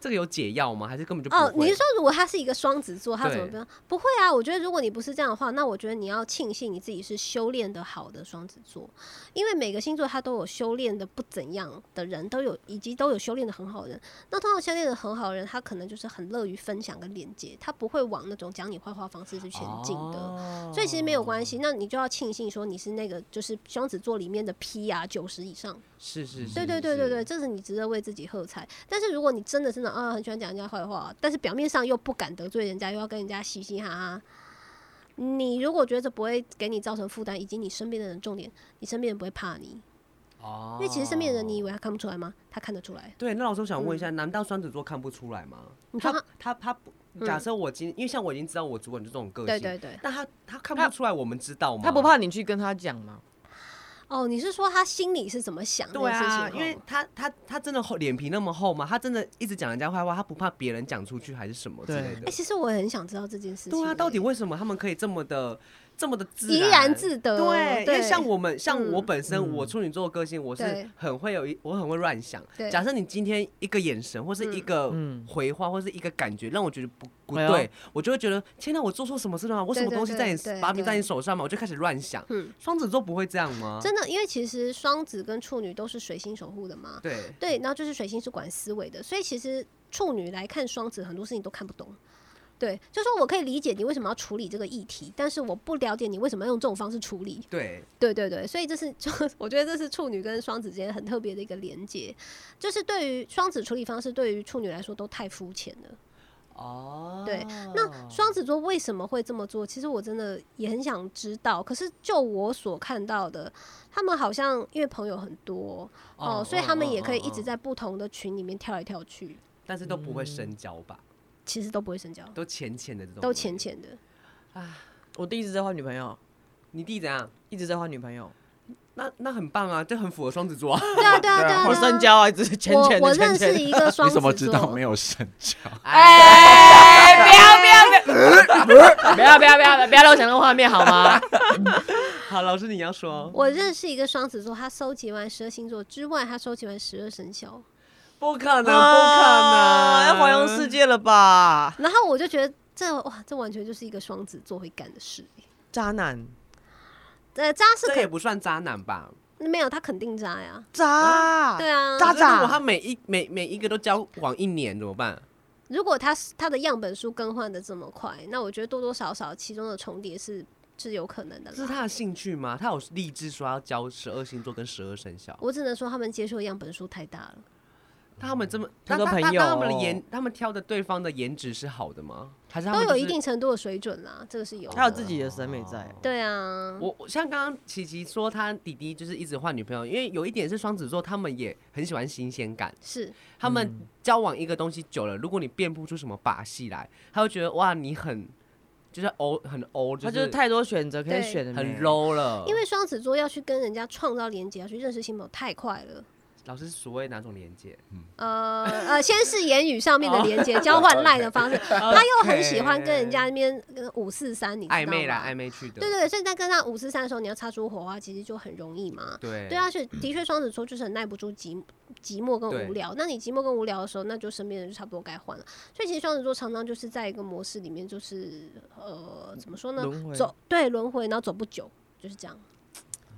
A: 这个有解药吗？还是根本就不
D: 哦，你
A: 会
D: 是说如果他是一个双子座，他怎么
A: 对
D: 不不会啊？我觉得如果你不是这样的话，那我觉得你要庆幸你自己是修炼的好的双子座，因为每个星座他都有修炼的不怎样的人，都有以及都有修炼的很好的人。那通常修炼的很好的人，他可能就是很乐于分享跟连接，他不会往那种讲你坏话的方式去前进的。
A: 哦
D: 所以其实没有关系，那你就要庆幸说你是那个就是双子座里面的 P 啊九十以上，
A: 是是是，
D: 对对对对对，
A: 是，
D: 这是你值得为自己喝彩。但是如果你真的真的啊很喜欢讲人家坏话，但是表面上又不敢得罪人家，又要跟人家嘻嘻哈哈，你如果觉得这不会给你造成负担，以及你身边的人，重点你身边人不会怕你，
A: 哦
D: 因为其实身边的人你以为他看不出来吗？他看得出来。
A: 对，那老师我想问一下，难道双子座看不出来吗？
D: 嗯你说
A: 他
D: 他嗯
A: 他他不，假设我今因为像我已经知道我主管就这种个
D: 对
A: 性，
D: 对对，
A: 但他他看不出来我们知道吗？
C: 他不怕你去跟他讲吗？
D: 哦，你是说他心里是怎么想这
A: 对
D: 件事情
A: 啊
D: 哦？，
A: 因为他他他真的厚脸皮那么厚吗？他真的一直讲人家坏话，他不怕别人讲出去还是什么之类
C: 对
D: 哎，
A: 的？
D: 其实我很想知道这件事情欸。
A: 对啊，到底为什么他们可以这么的这么的自
D: 怡然自得？
A: 对，因为像我们，像
D: 呃嗯
A: 我本身，
C: 嗯
A: 我处女座的个性，我
D: 对
A: 是很会有一，我很会乱想
D: 对。
A: 假设你今天一个眼神，或是一个
C: 嗯
A: 回话，或是一个感觉，让我觉得不不
C: 哎呦
A: 对，我就会觉得天哪，我做错什么事了吗？我什么
D: 对
A: 东西
D: 对
A: 在
D: 对对
A: 你把柄在
D: 对
A: 你手上嘛？我就开始乱想。
D: 嗯
A: 双子座不会这样吗？
D: 真的，因为其实双子跟处女都是水星守护的嘛。
A: 对，
D: 对，然后就是水星是管思维的，所以其实处女来看双子，很多事情都看不懂。对，就说我可以理解你为什么要处理这个议题，但是我不了解你为什么要用这种方式处理。
A: 对，
D: 对对对，所以这是就 我觉得这是处女跟双子之间很特别的一个连接，就是对于双子处理方式，对于处女来说都太肤浅了。
A: 哦，
D: 对那双子座为什么会这么做？其实我真的也很想知道。可是就我所看到的，他们好像因为朋友很多哦、所以他们也可以一直，
A: 哦哦
D: 在不同的群里面跳来跳去，
A: 哦但是都不会深交吧？
D: 其实都不会深交，
A: 都浅浅的这种，
D: 都浅。浅的。
C: 我弟一直在换女朋友，
A: 你弟怎样？
C: 一直在换女朋友，
A: 那那很棒啊，这很符合双子座啊！
D: 对啊，对啊，
B: 对
D: 对
B: 啊
D: 啊，
C: 我
D: 对
C: 深
D: 啊。
C: 交啊，一直浅浅
D: 我我
C: 的
D: 认
C: 浅浅
D: 识
C: 的。
D: 一个双
B: 你
D: 子
B: 怎
D: 座，
B: 么知道没有深交？
C: 哎，不要不要不要不要不要不要让我想到画面好吗？
A: 好，老师你要说，
D: 我认识一个双子座，他收集完十二星座之外，他收集完十二生肖，
A: 不可能，不可
C: 啊
A: 能，
C: 要环游世。界了吧？
D: 然后我就觉得这哇，这完全就是一个双子座会干的事。
C: 渣男，
D: 呃，渣是
A: 这也
D: 肯
A: 不算渣男吧？
D: 没有，他肯定渣呀。
C: 渣，
D: 对啊，
C: 渣
A: 可是如果他
C: 渣，
A: 每一每每一个都交往一年怎么办？
D: 如果他是他的样本数更换的这么快，那我觉得多多少少其中的重叠是是有可能的
A: 这是
D: 啦。
A: 他的兴趣吗？他有立志说要教十二星座跟十二生肖。
D: 我只能说他们接受的样本数太大了。
A: 他们这么，
C: 他
A: 那
C: 的
A: 他
C: 朋
A: 他
C: 友哦
A: 他们的颜，他们挑的对方的颜值是好的吗？还是他
D: 都
A: 们
D: 有
A: 就是
D: 一定程度的水准啦，这个是有的。
C: 他有自己的审美在。
D: 对啊，
A: 我我像刚刚琪琪说，她弟弟就是一直换女朋友，因为有一点是双子座，他们也很喜欢新鲜感。
D: 是
A: 他
C: 嗯
A: 们交往一个东西久了，如果你变不出什么把戏来，他会觉得哇，你很就是欧很欧，
C: 他就是
A: 是
C: 太多选择可以
D: 对
C: 选的，
A: 很 low 了。
D: 因为双子座要去跟人家创造连接，要去认识新朋友太快了。
A: 老师所谓哪种连接？
D: 呃呃，先是言语上面的连
A: 哦
D: 接，交换赖的方式。他又很喜欢跟人家那边五四三，你知道吗
A: 暧昧啦，暧昧去的。
D: 对对对，所以在跟他五四三的时候，你要擦出火花，其实就很容易嘛。
A: 对
D: 对啊，是的确，双子座就是很耐不住寂寂寞跟
A: 对
D: 无聊。那你寂寞跟无聊的时候，那就身边的人就差不多该换了。所以其实双子座常常就是在一个模式里面，就是呃，怎么说呢？
A: 轮回
D: 走对轮回，然后走不久，就是这样。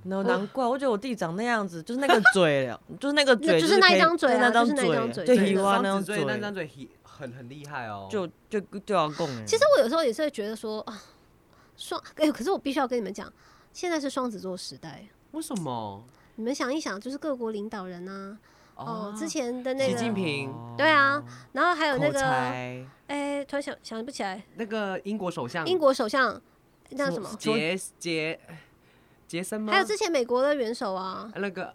C: 然后难怪，我觉得我弟长那样子，就是那个嘴了，就是那个
D: 那
C: 嘴，
D: 就是
C: 是
D: 那
C: 可以
D: 张嘴啊
C: 对那张
D: 就是那张
C: 嘴，就
D: 嘴对
A: 对
C: 喜
D: 的
C: 欢
A: 双
C: 那张
A: 子
C: 嘴
A: 那，张嘴很很很厉害哦。
C: 就就就要供。
D: 其实我有时候也是会觉得说啊，双哎、可是我必须要跟你们讲，现在是双子座时代。
A: 为什么？
D: 你们想一想，就是各国领导人啊，哦，之前的那
A: 习近
D: 个，
A: 平，哦
D: 对啊，然后还有那
C: 口
D: 个，哎、
C: 才
D: 突然想想不起来，
A: 那个英国首相，
D: 英国首相那什么，
A: 杰杰杰森吗？呃
D: 还有之前美国的元首啊，
A: 那个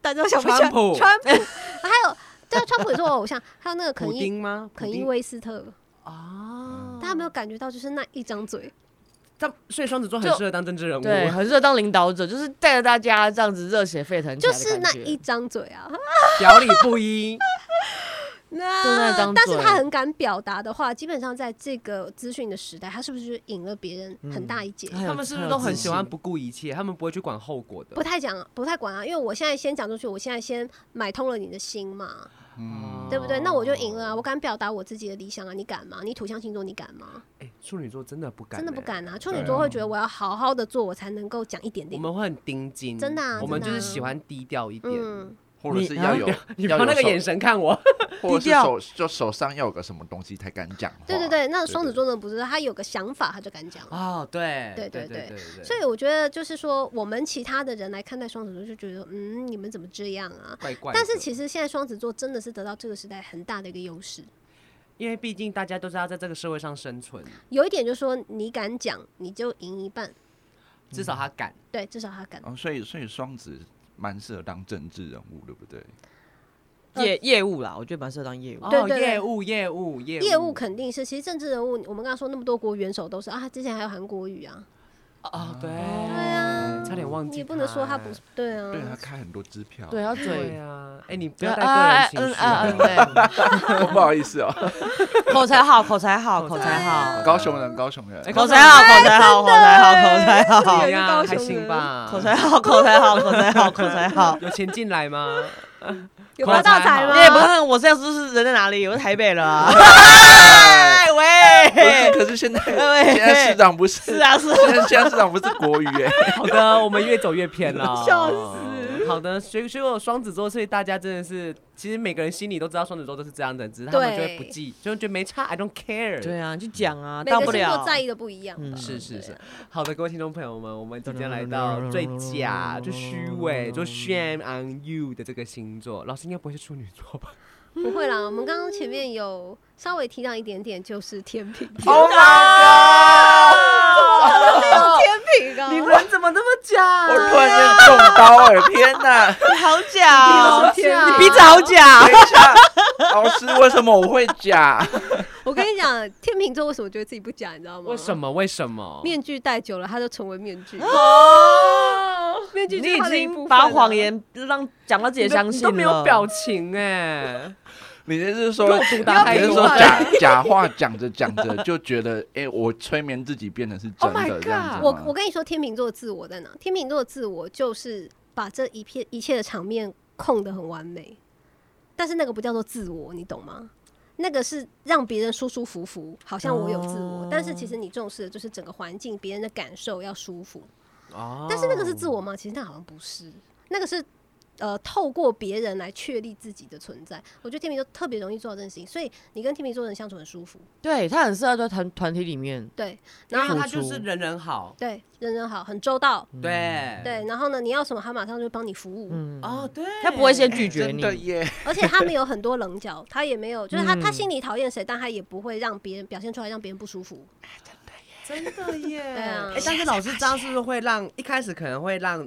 D: 大家都想不起
A: 川
D: 来，
A: 普，
D: 川
C: 哎
D: 还有 对啊，川普也是我偶像，还有那个肯
A: 普
D: 伊
A: 丁吗？
D: 肯
A: 普
D: 伊
A: 丁
D: 威斯特，
A: 啊，
C: 哦
D: 大家有没有感觉到就是那一张嘴，
A: 他所以双子座很
C: 就
A: 适合当政治人物，啊
C: 对，很适合当领导者，就是带着大家这样子热血沸腾起
D: 就
C: 来的
D: 是那
C: 感觉
D: 一张嘴啊，
A: 表里不一，
D: 那
C: 那张
D: 但是
C: 嘴
D: 他很敢表达的话，基本上在这个资讯的时代，他是不是就赢了别人很大一截？
C: 他有
A: 他们是不是都很喜欢不顾一切，他们不会去管后果的
D: 不。太讲，不太管啊，因为我现在先讲出去，我现在先买通了你的心嘛，
B: 嗯，
A: 哦
D: 对不对？那我就赢了啊！我敢表达我自己的理想啊，你敢吗？你土象星座你敢吗？
A: 哎，处女座真的不敢，
D: 真的不
A: 哎。
D: 敢啊！处女
B: 对啊
D: 座会觉得我要好好的做，我才能够讲一点
A: 我
D: 点。
A: 们会很盯紧，
D: 真的啊
A: 我们
D: 真
A: 就
D: 的啊
A: 是喜欢低调一点。
D: 嗯，
B: 或者
C: 你
B: 是
C: 啊
B: 要有，
A: 你
B: 要
A: 把
B: 有
A: 那个
B: 手
A: 眼神看我，
B: 或者
C: 低
B: 是
C: 调
B: 手就手上要有个什么东西才敢讲话。
D: 对对对，那
B: 哦对
D: 双子座呢？不是他有个想法，他就敢讲。
A: 哦，对，
D: 对
A: 对
D: 对对
A: 对对，
D: 所以我觉得就是说，我们其他的人来看待双子座，就觉得嗯，你们怎么这样啊？
A: 怪怪的。
D: 但是其实现在双子座真的是得到这个时代很大的一个优势。
A: 因为毕竟大家都是要在这个社会上生存，
D: 有一点就是说，你敢讲，你就赢一半。
A: 至少他
D: 嗯
A: 敢。
D: 对，至少他敢。
B: 哦，所以所以双子蛮适合当政治人物，对不对？
C: 业业务啦，我觉得蛮适合当业务。
D: 对
A: 哦，
D: 对对
A: 业务业务业务
D: 业务肯定是，其实政治人物，我们刚刚说那么多国元首都是啊，之前还有韩国瑜啊，
A: 哦，对，
D: 对啊，
A: 差点忘记。
D: 你也不能说他不是，对啊，
B: 对他开很多支票，
C: 对，他
A: 对
C: 嘴
A: 啊，哎，你不
C: 对
A: 要
D: 呃
C: 啊
A: 带个人情绪
C: 啊啊
A: 啊
C: 啊。对，
B: 不好意 思哦，
C: 口才好，口才好，口
D: 啊
C: 才
D: 嗯
C: 好，
B: 高雄人，高雄人
A: 哎，
C: 口才好，口才好，口才好，口才好
A: 好，
D: 有一个
A: 呀，
D: 高
A: 还
D: 雄
A: 行
D: 人
A: 吧，
C: 口才好，口才好，口才哎 好，口才好。
A: 有钱进来吗？
D: 有发大财
A: 口才
C: 你
D: 吗？
A: 好
C: 也不看我现在是不是人在哪里？我在台北了 啊。哎
B: 不是，
C: 喂，
B: 可是 现在
C: 哎喂
B: 现在市长不是，
C: 是啊是啊
B: 现在现在市长不是国语 哎，
A: 好的，我们越走越偏 了，
C: 笑
A: 死。好的，所以所以我双子座，所以大家真的是，其实每个人心里都知道双子座都是这样的，只是他们
D: 对
A: 就会不记，就觉得没差，I don't care。
C: 对啊，你去讲啊，
D: 每
C: 大不
D: 个星
C: 了
D: 座在意的不一样吧，
C: 嗯
A: 是是
D: 对
A: 是
D: 啊，，
A: 好的，各位听众朋友们，我们即将来到 最假、最虚伪、就 shame on you 的这个星座。老师应该不会是处女座吧？
D: 不会啦。我们刚刚前面有稍微提到一点点，就是天平，
A: Oh my
D: 天平
C: 哦
A: god！你人怎么那么假？
B: 我突然间中刀哎，天哪！
C: 你好假哦，
D: 天
C: 你
D: 平
C: 鼻子好假哦
B: 等。一下，老师为什么我会假？
D: 我跟你讲，天秤座为什么觉得自己不假，你知道吗？啊
A: 为什？么？为什么？
D: 面具戴久了，它就成为面具，
A: 哦
D: 面具
C: 你
D: 就是
C: 已
D: 它的一部
C: 经
D: 分
C: 把
D: 了
C: 谎言让讲到自己
A: 你都
C: 相
A: 你
C: 信
A: 都
C: 了，
A: 没有表情哎，
B: 你这是说，
A: 肉毒打
B: 你
A: 太
B: 是
A: 多
B: 说
A: 了
B: 假假话讲着讲着就觉得， 哎，我催眠自己变得是真
A: Oh my
B: 的这样子
A: god
B: 吗
D: 我我跟你说，天秤座的自我在哪？天秤座的自我就是把这一片一切的场面控得很完美，但是那个不叫做自我，你懂吗？那个是让别人舒舒服服，好像我有自我，
C: 哦
D: 但是其实你重视的就是整个环境，别人的感受要舒服。
A: 哦
D: 但是那个是自我吗？其实那好像不是，那个是呃透过别人来确立自己的存在。我觉得天秤座特别容易做到这件事情，所以你跟天秤座的人相处很舒服，
C: 对他很适合在团团体里面，
D: 对，
A: 然
D: 然
A: 后
D: 后
A: 他就是人人好，
D: 对人人好，很周到，
A: 嗯对
D: 对，然后呢，你要什么，他马上就帮你服务，
C: 嗯，
A: 哦对，
C: 他不会先拒绝
B: 真
C: 你，
B: 的耶，
D: 而且他没有很多棱角，他 也没有，就是他、他
C: 嗯
D: 心里讨厌谁，但他也不会让别人表现出来让别人不舒服。
A: 真的耶。
D: 对啊
A: 哎但是老师这样是不是会让一开始可能会让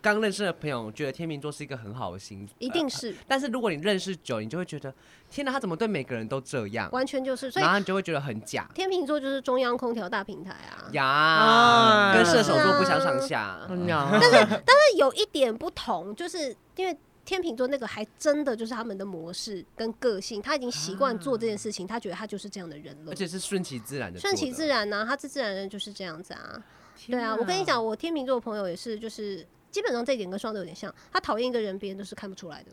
A: 刚认识的朋友觉得天秤座是一个很好的星座？
D: 一定是，
A: 但是如果你认识久，你就会觉得天哪，他怎么对每个人都这样？
D: 完全就是，所以
A: 然后你就会觉得很假
D: 天秤座就是中央空调大平台啊。
A: 呀，
C: 啊
A: 跟射手座不相上下。
C: 嗯啊
D: 但有一点不同，就是因为天秤座那个还真的就是他们的模式跟个性，他已经习惯做这件事情，他觉得他就是这样的人了
A: 而。且是顺其自然的，
D: 顺其自。然呢、啊他自自然然就是这样子啊。对啊，我跟你讲，我天秤座的朋友也是，就是基本上这一点跟双子有点像，他讨厌一个人，别人都是看不出来的。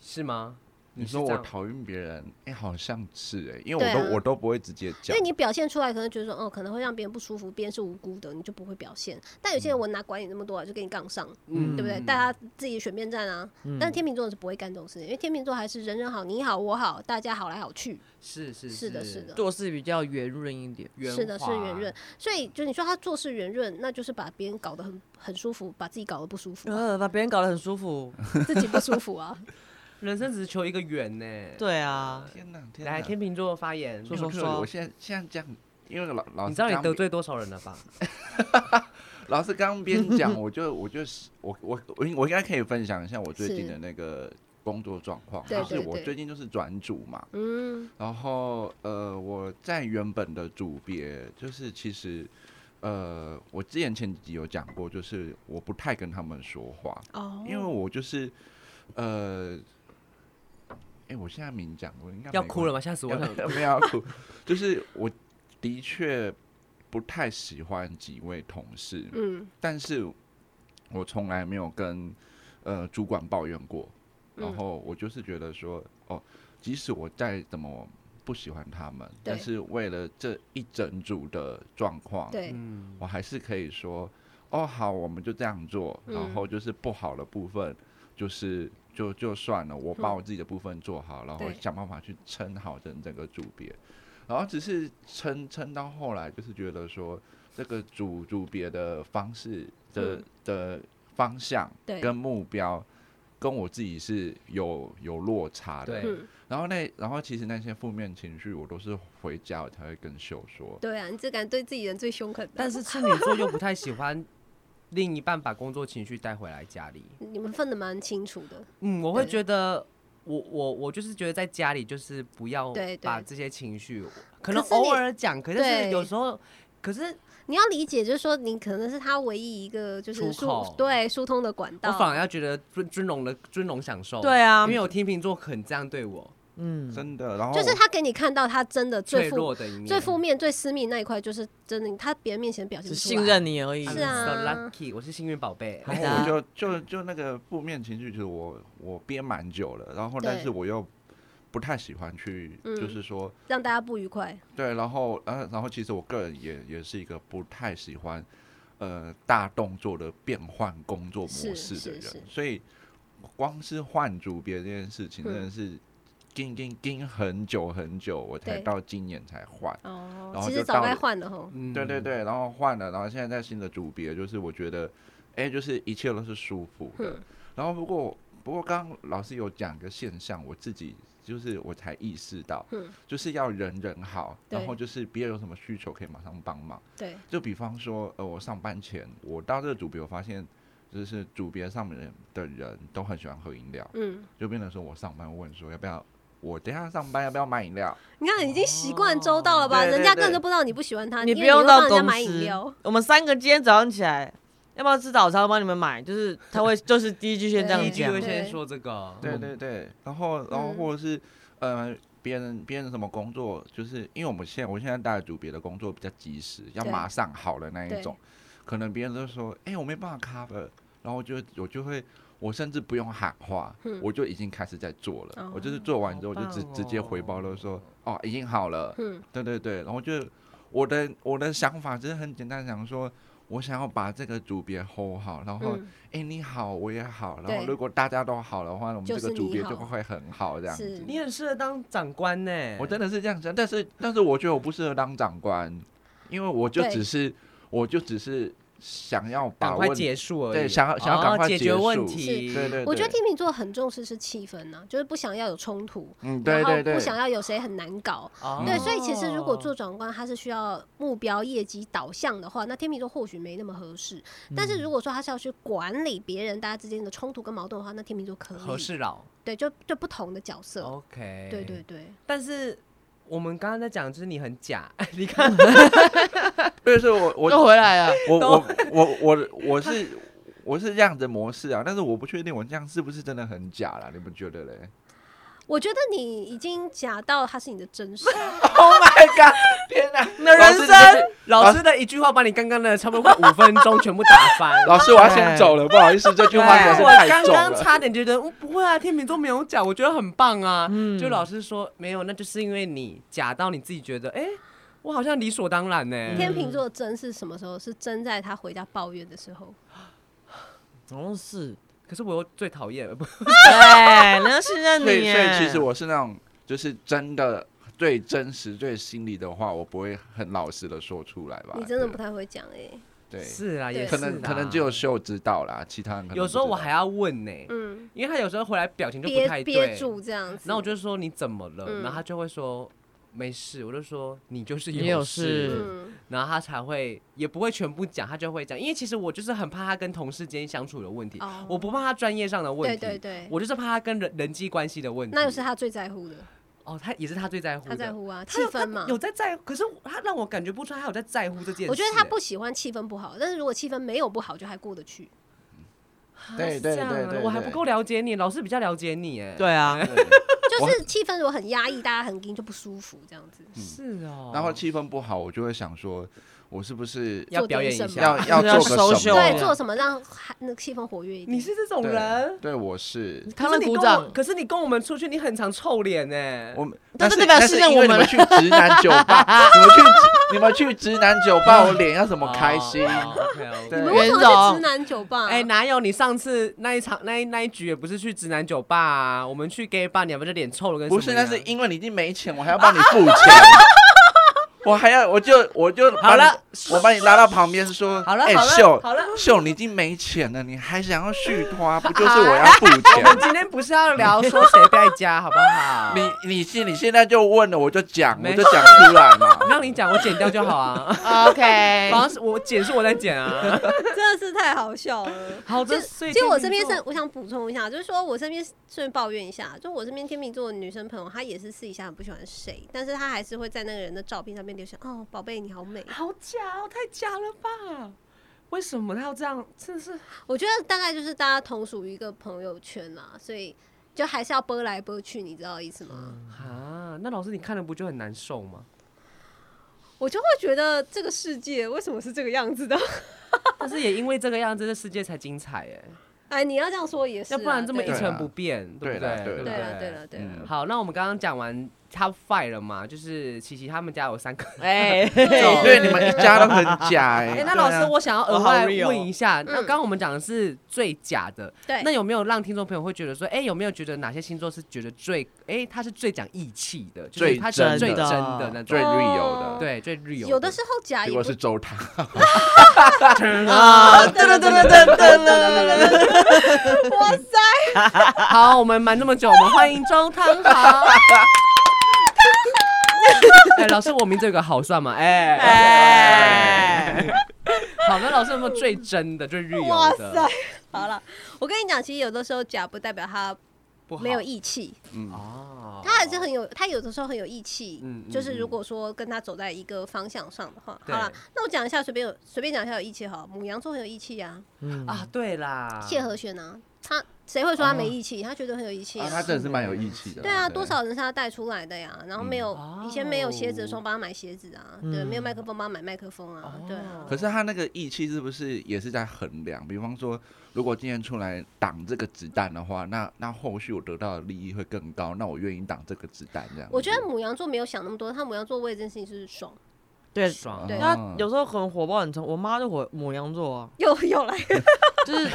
A: 是吗？
B: 你
A: 是
B: 说
A: 这
B: 我
A: 样
B: 讨厌别人，哎、好像是哎、因为我
D: 对
B: 都、
D: 啊
B: 我都不会直接
D: 因
B: 讲
D: 为，你表现出来，可能觉得说，哦，可能会让别人不舒服，别人是无辜的，你就不会表现。但有些人，我哪管你那么多啊，就跟你杠上，
A: 嗯
D: 对不对？
B: 嗯
D: 大家自己选边站啊。
C: 嗯
D: 但是天秤座是不会干这种事情，因为天秤座还是人人好，你好我好，大家好来好去。
A: 是是
D: 是的是的
C: 做事比较圆润一点。
A: 圆
D: 是的，是
A: 滑
D: 圆润。。所以就你说他做事圆润，那就是把别人搞得很很舒服，把自己搞得不舒服 啊、
C: 呃，把别人搞得很舒服。
D: 自己不舒服啊。
A: 人生只求一个圆呢、，
C: 对啊，
B: 天哪，天哪！
A: 来天秤座发言，
C: 说说
B: 因为我现在现在这样，因为老老
A: 你
B: 师
A: 知道你
B: 刚
A: 得罪多少人了吧？
B: 老师刚边 讲，我就我就是我我我应我应该可以分享一下我最近
D: 是
B: 的那个工作状况，
D: 对
B: 就是
D: 对
B: 我
D: 对
B: 最近就是转组嘛，
D: 嗯，
B: 然后呃我在原本的组别就是其实呃我之前前几集有讲过，就是我不太跟他们说话，
D: 哦，
B: 因为我就是呃。哎、我现在明讲，我应该
A: 要
B: 没
A: 哭
B: 关
A: 了吗？吓 死我了！
B: 没有要 哭，就是我的确不太喜欢几位同事，
D: 嗯
B: 但是我从来没有跟呃主管抱怨过，然
D: 嗯
B: 后我就是觉得说，哦，即使我再怎么不喜欢他们，但
D: 对
B: 是为了这一整组的状况，
D: 对，
A: 嗯，
B: 我还是可以说，哦，好，我们就这样做，然
D: 嗯
B: 后就是不好的部分，就是就就算了，我把我自己的部分做好，然后
D: 嗯对
B: 想办法去撑好整整个组别，然后只是撑撑到后来，就是觉得说这个组组别的方式的、
D: 嗯
B: 的方向
D: 对
B: 跟目标。跟我自己是有有落差的，
A: 对
D: 嗯，
B: 然后那然后其实那些负面情绪，我都是回家我才会跟秀说，
D: 对啊，你这敢对自己人最凶狠的。
A: 但是处女座又不太喜欢另一半把工作情绪带回来家里。
D: 你们分的蛮清楚的，
A: 嗯，我会
D: 对
A: 觉得，我我我就是觉得在家里就是不要
D: 对对
A: 把这些情绪，可能
D: 可是你
A: 偶尔讲，可是
D: 对
A: 有时候，可是
D: 你要理解，就是说你可能是他唯一一个就是
A: 出
D: 疏
A: 口
D: 对疏通的管道。
A: 我反而要觉得尊尊荣的尊荣享受。
C: 对啊
A: 因为有天秤座很这样对我，
C: 嗯，
B: 真的，然后
D: 就是
B: 我
D: 他给你看到他真的
A: 哦脆
D: 最负、
A: 弱的一面。
D: 最负面、最私密那一块，就是真的，他别人面前表现
C: 只
D: 不出
C: 信
D: 来。
C: 任你而已。
A: I'm
D: 是啊
A: so lucky，我是幸运宝 贝。
C: 好
B: 然
C: 啊
B: 后我就就就那个负面情绪，其实我我憋蛮久了，然后但
D: 对
B: 是我又不太喜欢去，
D: 嗯
B: 就是说
D: 让大家不愉快。
B: 对，然后呃，然后其实我个人也也是一个不太喜欢呃大动作的变换工作模
D: 是
B: 式的
D: 是
B: 人，
D: 是
B: 所以光是换组别这件事情
D: 嗯
B: 真的是盯盯盯很久很久，我才
D: 对
B: 到今年才换。
D: 哦
B: 然后
D: 其
B: 就
D: 实早
B: 到
D: 该
B: 了
D: 换了吼。
A: 嗯
B: 对对，对，然后换了，然后现在在新的组别，就是我觉得，哎，就是一切都是舒服的。
D: 嗯
B: 然后不过不过，刚刚老师有讲个现象，我自己就是我才意识到，
D: 嗯，
B: 就是要人人好，
D: 对
B: 然后就是别人有什么需求可以马上帮忙。
D: 对，
B: 就比方说，呃，我上班前，我到这个组别，我发现就是组别上面的人都很喜欢喝饮料，
D: 嗯，
B: 就变成说我上班问说要不要。我等一下上班要不要买饮料？
D: 你看已经习惯周到了吧？
B: 对对
D: 人家根本
B: 对
D: 就不知道你不喜欢他，
C: 你
D: 因
C: 不
D: 为你
C: 用
D: 会
C: 到
D: 帮人家
C: 公
D: 买饮料
C: 司。，我们三个今天早上起来，要不要吃早餐？我帮你们买，就是他会，就是第一句先这
A: 第一
C: 样
A: 句
C: 讲
A: 会。
D: 对
A: 先说这个。
B: 对对对，然后然后
D: 嗯
B: 或者是、呃别人别人什么工作，就是因为我们现在我现在带的组别的工作比较及时，要
D: 对
B: 马上好的那
D: 对
B: 一种，可能别人都说，哎、我没办法 cover，然后我就我就会。我甚至不用喊话，
D: 嗯
B: 我就已经开始在做了。我就是
D: 哦
B: 做完
A: 好
B: 之后，我就直、
A: 棒
B: 直接回报了说，哦，已经好了。
D: 嗯，
B: 对对对，然后就我的我的想法就是很简单，想说我想要把这个组别 hold 好，然后
D: 嗯
B: 哎、你好，我也好，然后
D: 对
B: 如果大家都好的话，我们
D: 就
B: 这个
D: 是
B: 组
D: 你
B: 别就
D: 好
B: 会很好这样
D: 是
B: 子。
A: 你很适合当长官呢、
B: 我真的是这样想，但是但是我觉得我不适合当长官，因为我就
D: 对
B: 只是我就只是想要把
A: 赶快
B: 问
A: 结束而已。
B: 对想要想要
A: 哦
B: 赶快
A: 解
B: 结
A: 决
B: 束
A: 问题。
B: 对对，
D: 我觉得
B: 对
D: 天秤座很重视是气氛呢，就是不想要有冲突，
B: 嗯对
D: 然后
B: 对对
D: 不想要有谁很难搞。
A: 哦
D: 对，所以其实如果做长官，他是需要目标业绩导向的话，那天秤座或许没那么合适。但是如果说他是要去管理别人大家之间的冲突跟矛盾的话，那天秤座
B: 嗯
D: 可以。
A: 合适佬
D: 对，就就不同的角色。
A: ，OK，
D: 对对。对，
A: 但是我们刚刚在讲，就是你很假， 你 看
B: 对，是我我
C: 又回来了，
B: 我
A: 都
B: 我我我我是我是这样的模式啊，但是我不确定我这样是不是真的很假啦，你们觉得嘞
D: 我觉得你已经假到它是你的真实，
B: ？Oh my god！天哪，
A: 你的人
B: 老师
A: 生，老师的一句话把你刚刚的差不多快五分钟全部打翻。
B: 老师，我要先走了，不好意思，这句话实在是
A: 哎我
B: 太
A: 刚
B: 重
A: 刚
B: 了。
A: 差点觉得，嗯，不会啊，天秤座没有假，我觉得很棒啊。就老师说没有，那就是因为你假到你自己觉得，哎、我好像理所当然呢、
D: 天秤座的真是什么时候？是真在他回家抱怨的时候。
C: 总共是，
A: 可是我又最讨厌，不
C: 对，人家信任
B: 所以，
C: 你
B: 所以
C: 耶。
B: 其实我是那种，就是真的最真实、最心里的话，我不会很老实的说出来吧？
D: 你真的不太会讲哎、
B: 对，
A: 是啊，
D: 对
A: 也是
B: 可
A: 啊
B: 能可能只有秀知道啦，其他人可能
A: 有时候我还
B: 要
A: 要问呢、
D: 嗯，
A: 因为他有时候回来表情就不太
D: 憋
A: 对，
D: 憋住这样子。
A: 然后我就说你怎么了，
D: 嗯
A: 然后他就会说没事，我就说你就是
C: 你有事
D: 嗯，
A: 然后他才会也不会全部讲，他就会讲，因为其实我就是很怕他跟同事间相处的问题，
D: 哦
A: 我不怕他专业上的问
D: 对
A: 题，
D: 对对，
A: 我就是怕他跟人人际关系的问题。
D: 那又是他最在乎的，
A: 哦，他也是他最在乎的，
D: 他在乎啊，
A: 他
D: 气
A: 有
D: 氛嘛
A: 他。有在在乎，可是他让我感觉不出他有在在乎这件事。
D: 我觉得他不喜欢气氛不好，但是如果气氛没有不好，就还过得去。
A: 哎，
B: 对
A: 是
B: 对
A: 这样啊
B: 对对
A: 我还不
B: 对
A: 够了解你，老师比较了解你，哎，，
C: 对啊，
D: 就是气氛如果很压抑，大家很硬就不舒服这样子。
A: 是哦，
B: 然后气氛不好，我就会想说，我是不是
A: 要
D: 做
A: 表
D: 点
A: 演一
D: 什么
A: 下
B: 要，要
C: 要
B: 做个什
C: social
B: 么？
D: 对，做什么让嗨那个气氛活跃一点？
A: 你是这种
B: 对
A: 人。
B: 对，我是
C: 他
A: 可是
C: 们
A: 你
C: 鼓
A: 跟我
C: 掌，
A: 可是你跟我们出去，你很常臭脸哎。
B: 我们，
C: 但是
B: 是
C: 代表
B: 但
C: 信
B: 是
C: 任
B: 因为
C: 我
B: 你
C: 们
B: 们去直男酒吧， 你们去直你们去直男酒吧，我脸要怎么开心？
A: 哦
B: 对
D: 你们啊为什么是直男酒吧？
A: 哎，哪有你上次那一场那一那一局也不是去直男酒吧啊，我们去 gay bar，你还不是脸臭了跟什
B: 不
A: 么
B: 是，
A: 一
B: 那
A: 样
B: 是因为你已经没钱，我还要帮你付 钱，我还要，我就我就
A: 好了
B: 把你，我把你拉到旁边说，
A: 好了
B: 哎
A: 好了
B: 秀
A: 好了，
B: 秀，你已经没钱了，你还想要续花，不就是我要付钱
A: 我？ 们今天不是要聊说谁败家，好不好？
B: 你你现你现在就问了，我就讲，我
A: 没
B: 就讲出来 嘛。
A: 让你讲，我剪掉就好 啊。
C: OK，
A: 好像是我剪是我在剪啊。
D: 真的是太好笑了。
A: 好
D: 就
A: 的，哦所以
D: 其实我
A: 天
D: 身
A: 秤
D: 边
A: 座
D: 是，我想补充一下，就是说我身边顺便抱怨一下，就我身边天秤座的女生朋友，她也是私底下很不喜欢谁，但是她还是会在那个人的照片上面留下，哦，宝贝你好美。
A: 好假哦，太假了吧？为什么他要这样？真的是
D: 我觉得大概就是大家同属于一个朋友圈啦，所以就还是要拨来拨去，你知道意思吗？
A: 啊，那老师你看了不就很难受吗？
D: 我就会觉得这个世界为什么是这个样子的？
A: 但是也因为这个样子，这世界才精彩哎，
D: 哎，你要这样说也是啊，
A: 要不然这么一
D: 对
B: 对
D: 啊
A: 成不变，
B: 对
A: 不
B: 啦
A: 对？
B: 对
A: 不
D: 对了对啊了对了，
B: 嗯
A: 好，那我们刚刚讲完 Top Five 了嘛，就是琪琪他们家有三个。
C: 哎，
D: 对
B: 对，你们一家都很假哎、
A: 哎、
B: 欸。
A: 那老师，
B: 对啊
A: 我想要额
C: 我好
A: 外
C: real
A: 问一下，那
D: 嗯
A: 刚刚我们讲的是最假的，
D: 对
A: 那有没有让听众朋友会觉得说，哎、有没有觉得哪些星座是觉得最，哎、他是最讲义气的，就是
B: 最
A: 他觉得最
C: 真的
A: 真的那
B: 最
A: 种，
B: real 的，
A: 对，最 real
D: 有的时候假
B: 结
D: 也
B: 果
D: 不
B: 是周 汤，
C: 啊，噔噔噔噔噔噔噔，
D: 哇塞，
A: 好，我们瞒这么久，我们欢迎周汤豪。 哎、老师，我名字有个好算吗？哎、
C: 哎，
A: 好，那老师有没有最真的、最 real
D: 哇
A: 的？
D: 塞，好了，我跟你讲，其实有的时候假不代表他
A: 不好
D: 没有义气，
B: 嗯，
A: 哦，
D: 他还是很有，他有的时候很有义气。
A: 嗯嗯
D: 就是如果说跟他走在一个方向上的话，
A: 对
D: 好了，那我讲一下，随便有随便讲一下有义气哈。母羊座很有义气啊，
A: 啊，对啦，
D: 谢和弦啊，他谁会说他没义气？他绝对很有义气
A: 哦
B: 啊，他真的是蛮有义气的。
D: 对啊，多少人是他带出来的呀？然后没有
A: 嗯哦
D: 以前没有鞋子的时候，帮他买鞋子啊，对，
C: 嗯
D: 没有麦克风帮他买麦克风啊，对
A: 哦
D: 啊。
B: 可是他那个义气是不是也是在衡量？比方说，如果今天出来挡这个子弹的话，那那后续我得到的利益会更高，那我愿意挡这个子弹这样子。
D: 我觉得母羊座没有想那么多，他母羊座为这件事情就是爽，
C: 对。
A: 爽哦
D: 对
B: 啊
C: 那有时候很火爆，很冲。我妈就火母羊座啊，
D: 又又来
C: 就是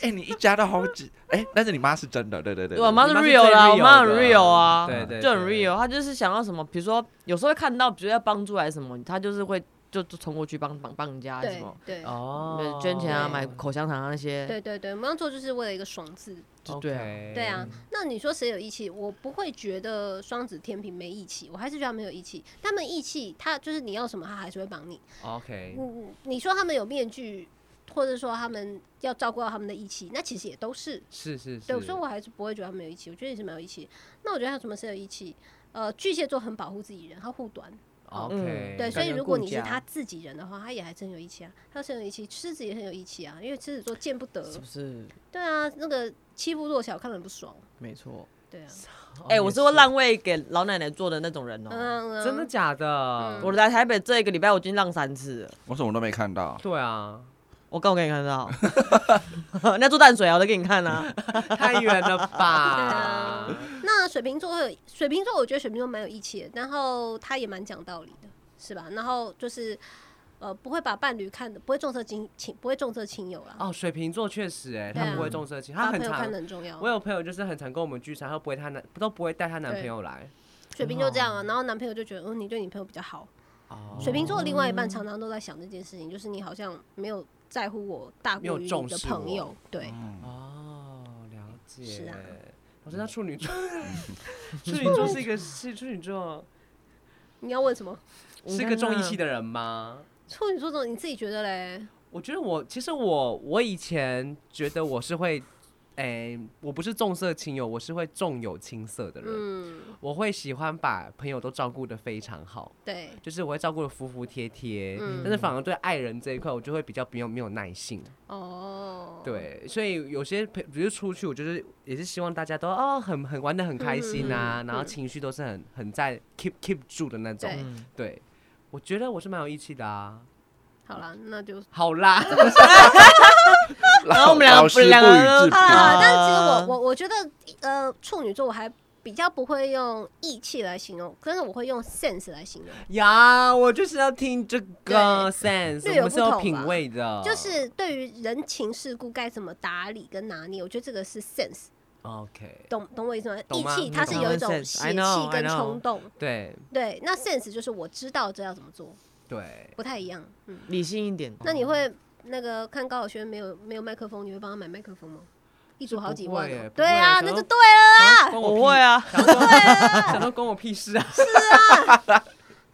B: 哎、你一家都好几哎、但是你妈是真的，对对对。
C: 我妈是
A: 你妈是
C: real 啦，
A: 最
C: 我妈很
A: real 的
C: real 啊，
A: 对对，
C: 就很
A: 对
C: real。她就是想要什么，比如说有时候会看到，比如要帮助还是什么，她就是会就就冲过去帮帮帮人家还是
D: 对
C: 啊什么，
D: 对
A: 哦
C: 对，，捐钱啊，
D: 对
C: 买口香糖啊那些，
D: 对对对，母羊座就是为了一个爽字，
C: 就对啊。
A: 对
D: 对啊，，那你说谁有义气？我不会觉得双子、天平没义气，我还是觉得他们有义气。他们义气，他就是你要什么，他还是会帮你。
A: OK，
D: 嗯，你说他们有面具，或者说他们要照顾到他们的义气，那其实也都是。
A: 是是是，
D: 对，所以我还是不会觉得他们有义气，我觉得也是蛮有义气。那我觉得还有什么是有义气？呃，巨蟹座很保护自己人，他护短，哦。
A: OK，
D: 对，所以
C: 哎感觉
D: 如果
C: 顾
D: 你是
C: 家
D: 他自己人的话，他也还真有义气啊，他真有义气，狮子也很有义气啊，因为狮子座见不得，
C: 是不是？
D: 对啊，那个欺负弱小看了很不爽，
C: 没错。
D: 对啊，
A: 哦
C: 哎、我是会让位给老奶奶做的那种人哦、
D: 嗯，嗯
A: 真的假的？
C: 我来台北这一个礼拜，我已经浪三次了。
B: 我什么都没看到。
A: 对啊，
C: 我刚我给你看 到， 那做淡水啊，我都给你看啊。
A: 太远了 吧？
D: 那水瓶座会有水瓶座，我觉得水瓶座蛮有义气的，然后他也蛮讲道理的，是吧？然后就是呃，不会把伴侣看的，不会重色轻轻，不会重色轻友啦，
A: 哦，水瓶座确实、哎，他
D: 对啊
A: 不会重色轻，他
D: 把
A: 很
D: 朋友
A: 常
D: 看得。很重要
A: 我。有朋友就是很常跟我们聚餐，她不会她男都不会带她男朋友来。
D: 水
A: 嗯
D: 瓶就这样啊，然后男朋友就觉得，嗯，你对你朋友比较好。
A: 哦
D: 水瓶座的另外一半常常都在想这件事情，就是你好像没有在乎我大
A: 没有
D: 过于
A: 重
D: 你的
A: 视
D: 朋
A: 我嗯
D: 友，对，
B: 嗯
A: 哦，了解。
D: 是啊
A: 老师，那处女座， 处女座是一个是处女座
D: 你要问什么？
C: 你
A: 是一
C: 看
A: 个重义
C: 啊
A: 气的人吗？
D: 处女座总你自己觉得嘞？
A: 我觉得我其实我我以前觉得我是会，诶、我不是重色轻友，我是会重友轻色的人。
D: 嗯，
A: 我会喜欢把朋友都照顾得非常好，
D: 对，
A: 就是我会照顾得服服帖帖，
D: 嗯
A: 但是反而对爱人这一块，我就会比较没有没有耐性。
D: 哦，，
A: 对，所以有些朋，比如出去，我就是也是希望大家都哦很很玩的很开心啊，
D: 嗯嗯嗯
A: 然后情绪都是很很在 keep keep 住的那种。
D: 对
A: 对，我觉得我是蛮有义气的啊。
D: 好啦，那就
A: 好啦，
C: 然后我们两个
B: 老师不
C: 两个
B: 予置
C: 都
D: 好
B: 评。
D: 啦，
C: 啊
D: 但是其实我我我觉得，呃，处女座我还比较不会用义气来形容，但是我会用 sense 来形容，
A: 呀，我就是要听这个 sense，
D: 略
A: 我
D: 有
A: 们
D: 不
A: 是有
D: 同吧
A: 品味的，
D: 就是对于人情世故该怎么打理跟拿捏，我觉得这个是 sense，
A: OK，
D: 懂懂我意思吗？
A: 懂
D: 义
A: 吗
D: 气它是
A: 懂
D: 有一
C: 懂
D: 种
C: sense，
D: 邪
C: I
D: 气
C: know，
D: 跟
C: I know
D: 冲动，
A: 对
D: 对，那 sense 就是我知道这要怎么做，
A: 对，
D: 不太一样，嗯，
A: 哦
C: 理性一点。
D: 那你会那个看高晓轩没有没有麦克风，你会帮他买麦克风吗？一组好几万
A: 不会
D: 哦、
A: 耶不
D: 对
A: 会
D: 啊，
A: 想
D: 那
A: 要
D: 就对了，
A: 啊，关我
C: 我会
A: 啊，
C: 啊，
A: 想说 想说关我屁事啊，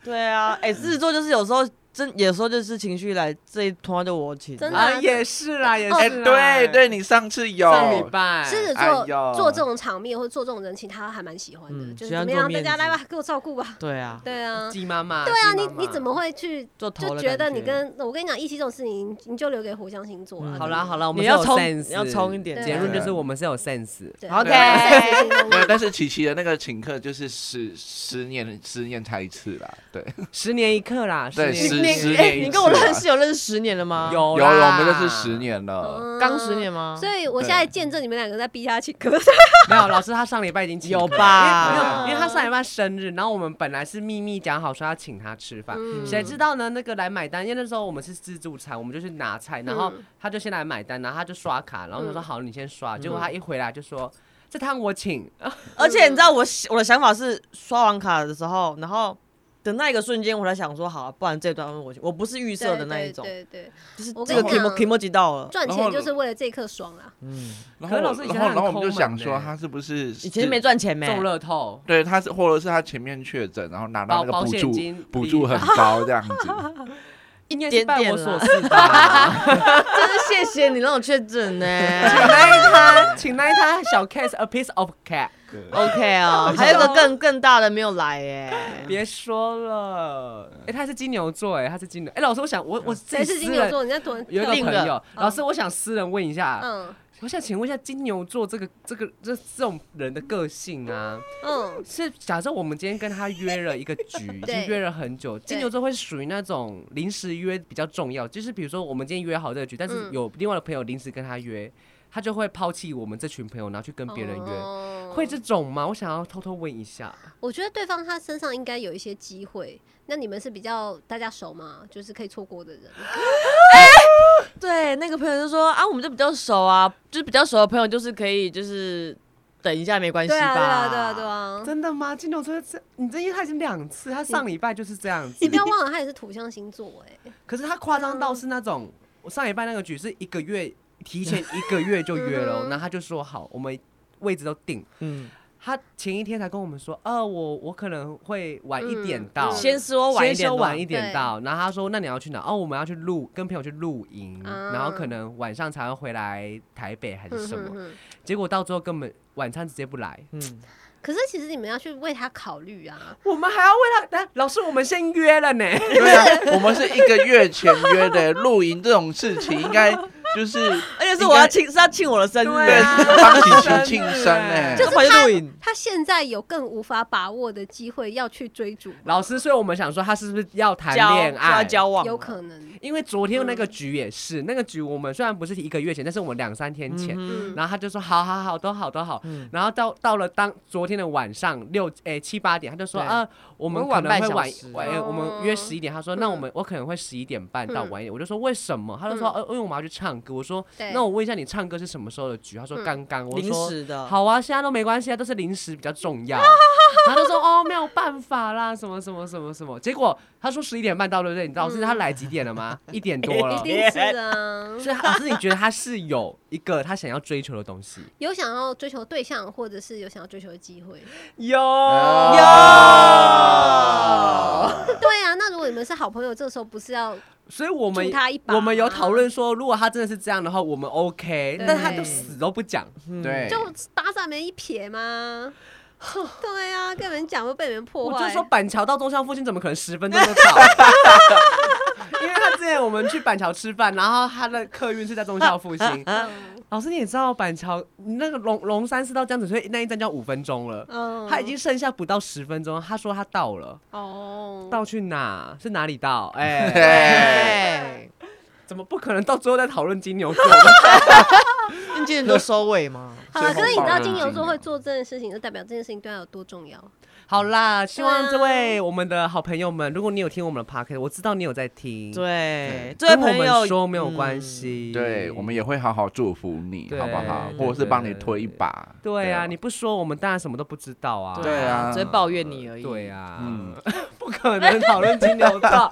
C: 对啊，哎、狮子座就是有时候真，有时候就是情绪来这一团就我请。
D: 真的
A: 啊也是啦，
D: 哦
A: 也
B: 哎，
A: 是啦，
B: 对对，你上次有
A: 上礼拜
D: 狮子
B: 哎
D: 座
B: 呦
D: 做这种场面或者做这种人情，他还蛮喜欢的，
C: 嗯
D: 就是
C: 喜
D: 怎
C: 欢
D: 么
C: 做
D: 样，大
C: 面
D: 家
C: 子
D: 来吧，给我照顾吧。
C: 对啊，
D: 对啊，
A: 鸡妈妈，
D: 对啊，
A: 鸡
D: 你
A: 妈妈
D: 你怎么会去
C: 做头
D: 就
C: 了
D: 觉得
C: 感
D: 你
C: 觉
D: 跟我跟你讲，义气这种事情，你就留给火象星座了。
C: 嗯
A: 好啦好啦，我们
C: 你
A: 是有
C: 要冲
A: sense，
C: 你要冲一点
A: 结论
B: 对
A: 就是我们是有 sense，
D: 对
C: 好
D: 对啊
C: 对
D: 狮子星
B: 没有，
D: 座
B: 但是琪琪的那个请客就是十十年十年才一次啦，对，
A: 十年一刻啦，
B: 对
A: 十
B: 十
A: 年一
B: 十
C: 哎、
B: 年一
C: 你
B: 次
C: 跟我认
B: 啦。
C: 识有认识十年了吗？，
A: 有
B: 有了，我们认
A: 认
B: 识
A: 识
B: 十，年了，
D: 嗯
C: 刚十年啊吗？
D: 所以我现
B: 对
D: 在见证你们两个在逼他去割。
A: 没有老师他上礼拜已经请
C: 有
A: 客了
C: 吧
A: 因为没有，因为他上礼拜生日，然后我们本来是秘密讲好说要请他吃饭，
D: 嗯
A: 谁知道呢？那个来买单，因为那时候我们是自助餐，我们就去拿菜，然后他就先来买单，然后他就刷卡，然后我说
D: 嗯
A: 好，你先刷。结果他一回来就说这趟我请，
C: 而且你知道我想我的想法是刷完卡的时候，然后的那一个瞬间，我才想说，好、啊，不然这段我去我不是预设的那一种，
D: 对对对，
C: 就是
D: 我
C: 这
D: 跟
C: 个
D: 你
C: k i m o k i
D: 讲
C: m o 级到了，
D: 赚
B: 然
D: 钱
B: 后
D: 就是为了这一刻爽啊啦。
B: 然
A: 可
B: 后
A: 是老师以前
B: 然后
A: 很
B: 然后我
A: 抠
B: 们就
A: 门
B: 想
A: 欸
B: 说他是不是
C: 以前
B: 是
C: 没赚钱没、
A: 中乐透，
B: 对，他是或者是他前面确诊，然后拿到
A: 保
B: 那个
A: 保
B: 补
A: 险
B: 助
A: 金，
B: 补
A: 比
B: 助很 高这样子。
A: 应该是
C: 点
A: 拜
C: 点
A: 我所
C: 啦
A: 赐 吧。
C: 真的谢谢你让我确诊呢、
A: 请那一摊，请那一摊小 case a piece of cat。
C: OK 啊、还有一个更更大的没有来耶、
A: 别说了，哎、他是金牛座，哎，他是金牛。哎、老师，我想我我自己
D: 谁是
A: 私
D: 金牛
A: 人
D: 座？你在囤
A: 有一个
C: 另一
A: 朋
C: 个
A: 友，老师，我想私人问一下，
D: 嗯
A: 我想请问一下金牛座这个这个这这种人的个性啊，
D: 嗯，
A: 是假设我们今天跟他约了一个 局，已
D: 对
A: 经约了很久，金牛座会属于那种临时约比较重要，就是比如说我们今天约好这个局，但是
D: 嗯
A: 有另外的朋友临时跟他约，他就会抛弃我们这群朋友，然后去跟别人约，
D: 约
A: 会这种吗？我想要偷偷问一下。
D: 我觉得对方他身上应该有一些机会。那你们是比较大家熟嘛，就是可以错过的人。
C: 对，那个朋友就说啊，我们就比较熟啊，就是比较熟的朋友，就是可以就是等一下没关系
D: 对
C: 吧、
D: 啊，对啊，对啊，对啊。
A: 哦真的吗？金牛座这你这因为他已经两次，他上礼拜就是这样子
D: 你不，要忘了，他也是土象星座哎、
A: 可是他夸张到是那种，我上礼拜那个局是一个月提前一个月就约了哦，
D: 嗯
A: 然后他就说好，我们位置都定。
C: 嗯，
A: 他前一天才跟我们说，呃，我我可能会晚一点
D: 嗯
A: 到，
D: 嗯
C: 啊先说晚一
A: 先
C: 点
A: 休
C: 吧，
A: 晚一
D: 对
A: 点到，然后他说那你要去哪？哦，我们要去露，跟朋友去露营，
D: 啊
A: 然后可能晚上才会回来台北还是
D: 嗯
A: 什
D: 哼
A: 么。
D: 哼，
A: 结果到最后根本晚餐直接不来，
C: 嗯，
D: 可是其实你们要去为他考虑啊。
A: 我们还要为他，等下老师，我们先约了呢。
B: 对啊，我们是一个月前约的露营这种事情，应该就是
C: 而且是我要庆，是要庆我的生日，
B: 对
A: 啊欸
B: 帮琪琪庆生哎、
D: 就是
C: 跑去
D: 他
C: 露营，
D: 他现在有更无法把握的机会要去追逐，
A: 老师，所以我们想说，他是不是要谈
C: 交
A: 恋
C: 就
A: 爱
C: 要？交往，
D: 有可能。
A: 因为昨天那个局也是，那个局我们虽然不是一个月前，但是我们两三天前，
D: 嗯，
A: 然后他就说好好好，都好都好。
C: 嗯
A: 然后到到了当昨天的晚上六诶七八点，他就说
C: 对
A: 啊，我们
C: 我
A: 可
C: 晚
A: 能会
C: 半小
A: 晚
C: 时
A: 晚、呃我们约十一点。他说、那我
D: 嗯
A: 们我可能会十一点半到
D: 嗯
A: 晚一点。我就说为什么？他就说
D: 嗯
A: 呃因为我们要去唱歌。我说
D: 对
A: 那我问一下你唱歌是什么时候的局？他说
D: 嗯
A: 刚刚。我
C: 临
A: 说
C: 时的，
A: 好啊，现在都没关系啊，都是零食比较重要。然后他说哦，没有办法啦，什么什么什么什么。结果他说十一点半到，对不对？你知道是他来几点了吗？一点多了
D: 一。定是的 啊。
A: 所以老师，你觉得他是有一个他想要追求的东西？
D: 有想要追求对象，或者是有想要追求的机会。
A: 有
B: 哦
D: 对啊，那如果你们是好朋友，这时候不是要
A: 所以我们
D: 助他一把
A: 我们有讨论说，如果他真的是这样的话，我们 OK，
D: 对
A: 但他就死都不讲。
C: 嗯
B: 对，
D: 就打伞没一撇 吗？对啊，跟人讲会被人破
A: 我
D: 坏。
A: 就说板桥到中山附近怎么可能十分钟就到？因为他之前我们去板桥吃饭，然后他的客运是在中校复兴。
D: 嗯，
A: 老师，你也知道板桥那个龙龙山寺到江子翠那一站就要五分钟了，
D: 嗯
A: 他已经剩下不到十分钟，他说他到了，
D: 哦，
A: 到去哪？是哪里到？哎、
C: 对，
A: 怎么不可能到最后再讨论金牛座？
C: 那今年都收尾吗？
D: 好了。可是你知
B: 最后报
D: 道
B: 了
D: 金牛座
B: 金牛
D: 会做这件事情，就代表这件事情对他有多重要。
A: 好啦，希望这位我们的好朋友们，如果你有听我们的 p o c a s t 我知道你有在听，，
C: 对，这位
A: 跟我
C: 朋友
A: 们说没有关
C: 嗯
A: 系，
B: 对，我们也会好好祝福你，
A: 对
B: 好不好？
A: 对
B: 或者是帮
A: 对
B: 你推一把。
A: 对啊，你不说我们当然什么都不知道啊，
B: 对啊
C: 只会抱怨你而已。
A: 对，啊，
B: 嗯
A: 不可能讨论金牛座。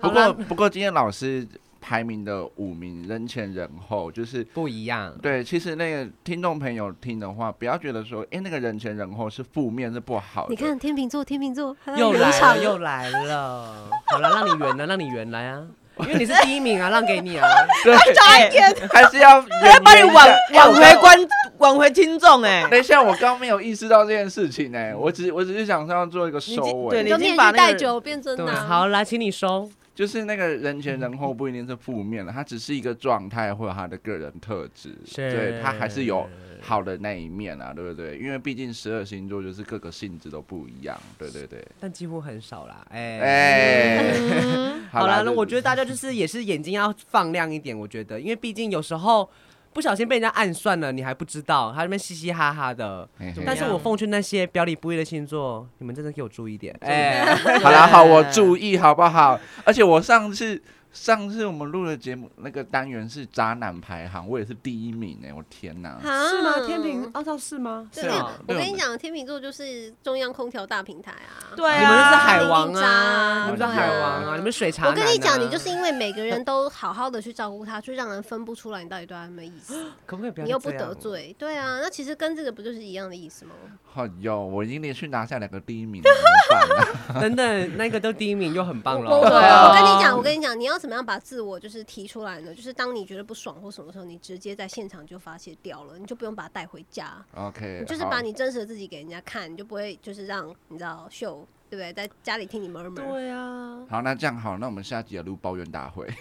B: 不
A: 好
B: 过
A: 啦
B: 不过今天老师排名的五名人前人后，就是
A: 不一 样，
B: 对，其实那个听众朋友听的话，不要觉得说，哎、那个人前人后是负面是不好的。
D: 你看天秤座，天秤座哎
A: 又
D: 有
A: 来
D: 场
A: 了，又来了。好了，让你圆了，让你圆来 啊，因为你是第一名啊，让给你 啊。
B: 对，
C: 差一点，
B: 还是 要
C: 要哎把你挽挽
B: 要
C: 回观挽回听众哎。
B: 等一下，我刚没有意识到这件事情呢、欸我只我只是想说要做一个收
C: 对
B: 尾，
D: 你就
C: 已
D: 面
C: 经
D: 具
C: 把那个
D: 戴久变真
A: 对，啊
D: 的。
A: 好，来，请你收。
B: 就是那个人前人后不一定是负面的，它只是一个状态或者他的个人特质，
A: 是
B: 对，他还是有好的那一面啊，对不对？因为毕竟十二星座就是各个性质都不一样，对对对，
A: 但几乎很少啦，哎、嗯
B: 哎、
A: 好
B: 啦
A: 啦，那我觉得
B: 得
A: 大家 就是也是眼睛要放亮一点，我觉得，因为毕竟有时候不小心被人家暗算了，你还不知道，他那边嘻嘻哈哈的。但是我奉劝那些表里不一的星座，你们真的给我注意一点，哎、
B: 好啦，好，我注意好不好？而且我上次上次我们录的节目那个单元是渣男排行，我也是第一名哎、我天哪！
A: 是
D: 是
A: 吗？天平奥照是吗？
D: 对
A: 是啊
D: 没有
A: 吗？
D: 我
B: 对
D: 跟
B: 我
D: 你
B: 们
D: 讲，天秤座就是中央空调大平台啊。
C: 对啊，
A: 你们就是海王
D: 零零渣
A: 啊，
D: 啊
A: 你们就是海王啊，你们水茶、
D: 我跟你讲，你就是。因为每个人都好好的去照顾他，就让人分不出来你到底对他有没有意思，
A: 可不 可以不要？
D: 你又不得。罪，对啊，那其实跟这个不就是一样的意思吗？
B: 好哟，哎我已经连续拿下两个第一名了，怎么 办啊
A: 等等，那个都第一名就很棒
D: 我
A: 了。
C: 对啊
D: 我跟你讲，我跟你讲，你要怎么样把自我就是提出来呢？就是当你觉得不爽或什么时候，你直接在现场就发泄掉了，你就不用把它带回家，
B: OK，
D: 你就是
B: 好
D: 把你真实的自己给人家看，你就不会就是让你知道秀，对不对？在家里听你 murmur，
A: 对啊，
B: 好，那这样好，那我们下集也录抱怨大会，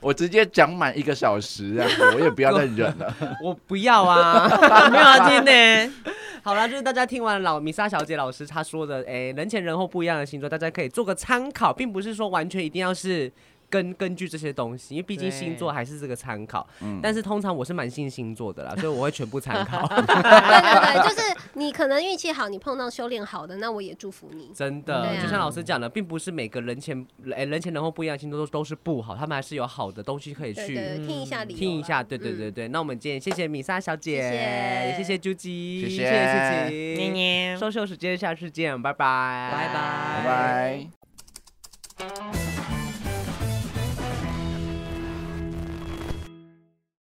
B: 我直接讲满一个小时这样子，我也不要再忍 了。
A: 我不要啊。
C: 没有要听呢。
A: 好啦，就是大家听完老米莎小姐老师她说的，哎、人前人后不一样的星座，大家可以做个参考，并不是说完全一定要是根根据这些东西，因为毕竟
C: 对
A: 星座还是这个参考。
B: 嗯
A: 但是通常我是蛮信星座的啦，所以我会全部参考，
C: 啊
D: 对对对，就是你可能运气好，你碰到修炼好的，那我也祝福你。
A: 真的。
D: 对啊
A: 就像老师讲的，并不是每个人前哎、人前人后不一样的星座都都是不好，他们还是有好的东西可以
D: 对
A: 去。
D: 对，
C: 嗯
D: 对听一下理由啦，
A: 听一下，对对
D: 嗯
A: 对对，那我们今天谢谢米莎小姐，
D: 谢谢
A: 也谢谢朱吉，
B: 谢谢
A: 谢谢琪
C: 捏
A: 琪，
C: 捏
A: 收秀时间，下次见，拜拜，
C: 拜拜
B: 拜拜。